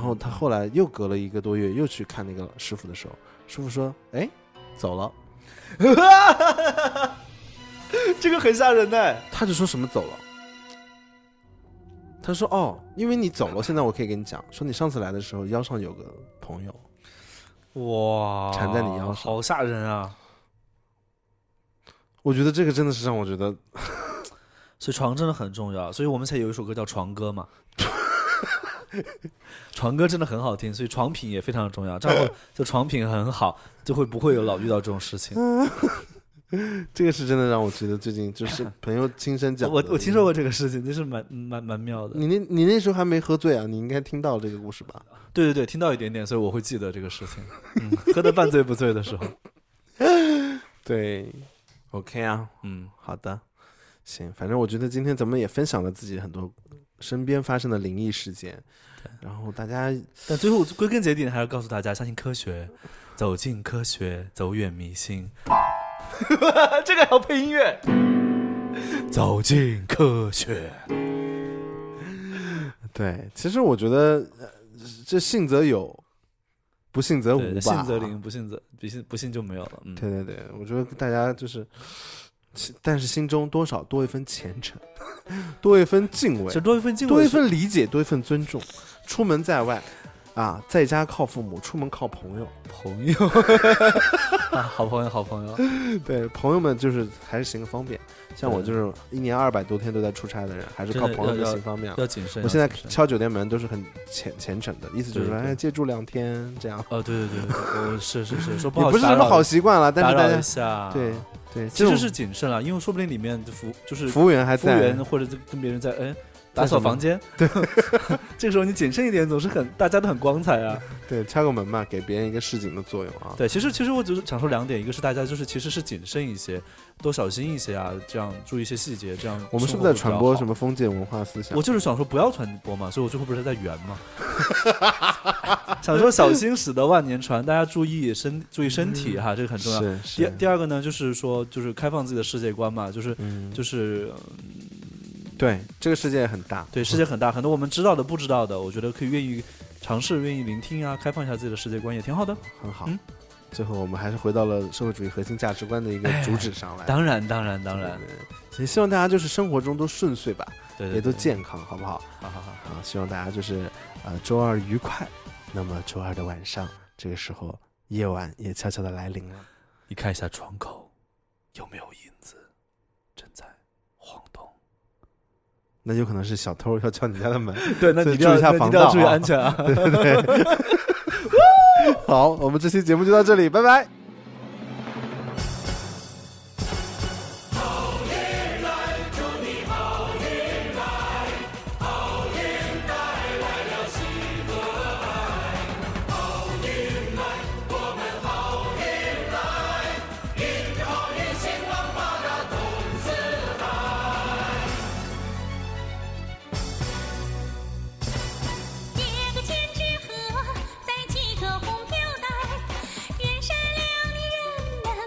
[SPEAKER 2] 嗯
[SPEAKER 1] 后他后来又隔了一个多月，又去看那个师傅的时候，师傅说：“哎，走了。
[SPEAKER 2] 这个很吓人的”，
[SPEAKER 1] 他就说什么走了？他说：“哦，因为你走了，现在我可以跟你讲，说你上次来的时候腰上有个朋友，
[SPEAKER 2] 哇，
[SPEAKER 1] 缠在你腰上
[SPEAKER 2] 好吓人啊！
[SPEAKER 1] 我觉得这个真的是让我觉得
[SPEAKER 2] 所以床真的很重要，所以我们才有一首歌叫《床歌》嘛。 床歌真的很好听，所以床品也非常重要。这样就床品很好，就会不会有老遇到这种事情。
[SPEAKER 1] 这个是真的让我觉得最近就是朋友亲身讲的。
[SPEAKER 2] 我我听说过这个事情，真是蛮蛮蛮妙的。
[SPEAKER 1] 你那你那时候还没喝醉啊，你应该听到这个故事吧？
[SPEAKER 2] 对对对，听到一点点，所以我会记得这个事情。嗯，喝的半醉不醉的时候，
[SPEAKER 1] 对，OK 啊，
[SPEAKER 2] 嗯，
[SPEAKER 1] 好的，行，反正我觉得今天咱们也分享了自己很多身边发生的灵异事件，然后大家
[SPEAKER 2] 但最后归根结底还是告诉大家，相信科学，走进科学，走远迷信。 这个还要配音乐。 走进科学，
[SPEAKER 1] 对，其实我觉得、呃这信则有，不信则无吧，
[SPEAKER 2] 对，信则灵，不信则不信，不信就没有了。嗯，
[SPEAKER 1] 对对对，我觉得大家就是，其但是心中多少多一分虔诚， 多一分敬
[SPEAKER 2] 其
[SPEAKER 1] 畏
[SPEAKER 2] 实，多一份敬畏，
[SPEAKER 1] 多一份理解，多一份尊重。出门在外，啊，在家靠父母，出门靠朋友。
[SPEAKER 2] 朋友， 啊，好朋友，好朋友。
[SPEAKER 1] 对，朋友们就是还是行个方便。像我就是一年二百多天都在出差的人，还是靠
[SPEAKER 2] 真的
[SPEAKER 1] 朋友
[SPEAKER 2] 要
[SPEAKER 1] 们行方便了。
[SPEAKER 2] 要谨慎。
[SPEAKER 1] 我现在
[SPEAKER 2] 要谨慎
[SPEAKER 1] 敲酒店门都是很虔虔诚的，意思就是说，
[SPEAKER 2] 对对
[SPEAKER 1] 哎，借住两天这样，
[SPEAKER 2] 呃，对对对对，我是是是，说不
[SPEAKER 1] 也
[SPEAKER 2] 好
[SPEAKER 1] 不是
[SPEAKER 2] 打
[SPEAKER 1] 什么
[SPEAKER 2] 扰
[SPEAKER 1] 好习惯了，但
[SPEAKER 2] 打
[SPEAKER 1] 是大
[SPEAKER 2] 扰一
[SPEAKER 1] 家
[SPEAKER 2] 下。
[SPEAKER 1] 对，对，
[SPEAKER 2] 其
[SPEAKER 1] 这种
[SPEAKER 2] 实是谨慎了，啊因为说不定里面的服就是
[SPEAKER 1] 服务员还
[SPEAKER 2] 服务
[SPEAKER 1] 在
[SPEAKER 2] 员，或者就跟别人在哎
[SPEAKER 1] 在
[SPEAKER 2] 打扫
[SPEAKER 1] 什么
[SPEAKER 2] 房 间，对， 这个时候你谨慎一点，总是很大家都很光彩啊。
[SPEAKER 1] 对，敲个门嘛，给别人一个示警的作用啊。
[SPEAKER 2] 对，其实其实我只是想说两点，一个是大家就是其实是谨慎一些，多小心一些啊，这样注意一些细节，这样
[SPEAKER 1] 我们是
[SPEAKER 2] 生活
[SPEAKER 1] 不是
[SPEAKER 2] 会
[SPEAKER 1] 在
[SPEAKER 2] 比
[SPEAKER 1] 传
[SPEAKER 2] 较
[SPEAKER 1] 播
[SPEAKER 2] 好
[SPEAKER 1] 什么封建文化思想
[SPEAKER 2] 我？就是想说不要传播嘛，所以我最后不是在圆嘛， 想说小心驶得万年船，大家注意身注意身体哈，这个很重要。
[SPEAKER 1] 是
[SPEAKER 2] 第
[SPEAKER 1] 是，
[SPEAKER 2] 第二个呢，就是说就是开放自己的世界观嘛，就是
[SPEAKER 1] 嗯，
[SPEAKER 2] 就是呃
[SPEAKER 1] 对，这个世界很大，
[SPEAKER 2] 对世界很大，很多我们知道的不知道的，我觉得可以愿意尝试，愿意聆听啊，开放一下自己的世界观也挺好的。
[SPEAKER 1] 很好
[SPEAKER 2] 嗯。
[SPEAKER 1] 最后，我们还是回到了社会主义核心价值观的一个主旨上来。
[SPEAKER 2] 哎当然当然当然，
[SPEAKER 1] 对，对也希望大家就是生活中都顺遂吧，
[SPEAKER 2] 对对
[SPEAKER 1] 也都
[SPEAKER 2] 对
[SPEAKER 1] 健康，好不好？
[SPEAKER 2] 好好好，
[SPEAKER 1] 啊，希望大家就是呃周二愉快。那么周二的晚上，这个时候夜晚也悄悄的来临了。
[SPEAKER 2] 你看一下窗口有没有影子正在晃动。
[SPEAKER 1] 那有可能是小偷要敲你家的门，
[SPEAKER 2] 对，那你
[SPEAKER 1] 所以
[SPEAKER 2] 一定要
[SPEAKER 1] 注意一下
[SPEAKER 2] 那你
[SPEAKER 1] 防
[SPEAKER 2] 一定要
[SPEAKER 1] 盗
[SPEAKER 2] 注意
[SPEAKER 1] 啊
[SPEAKER 2] 安全啊。
[SPEAKER 1] 对对对。好，我们这期节目就到这里，拜拜。
[SPEAKER 4] 叠个千纸鹤，在几个红飘带，远山两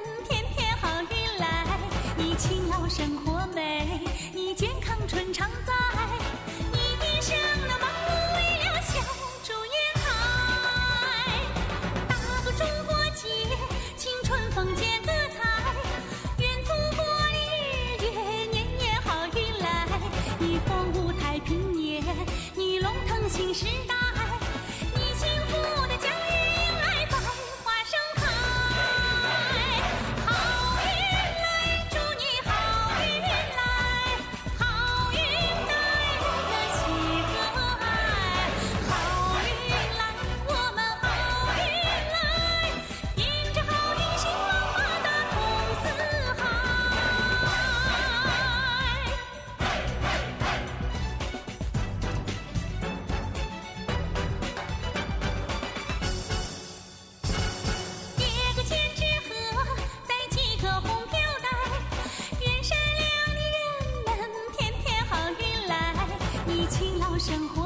[SPEAKER 4] 不想活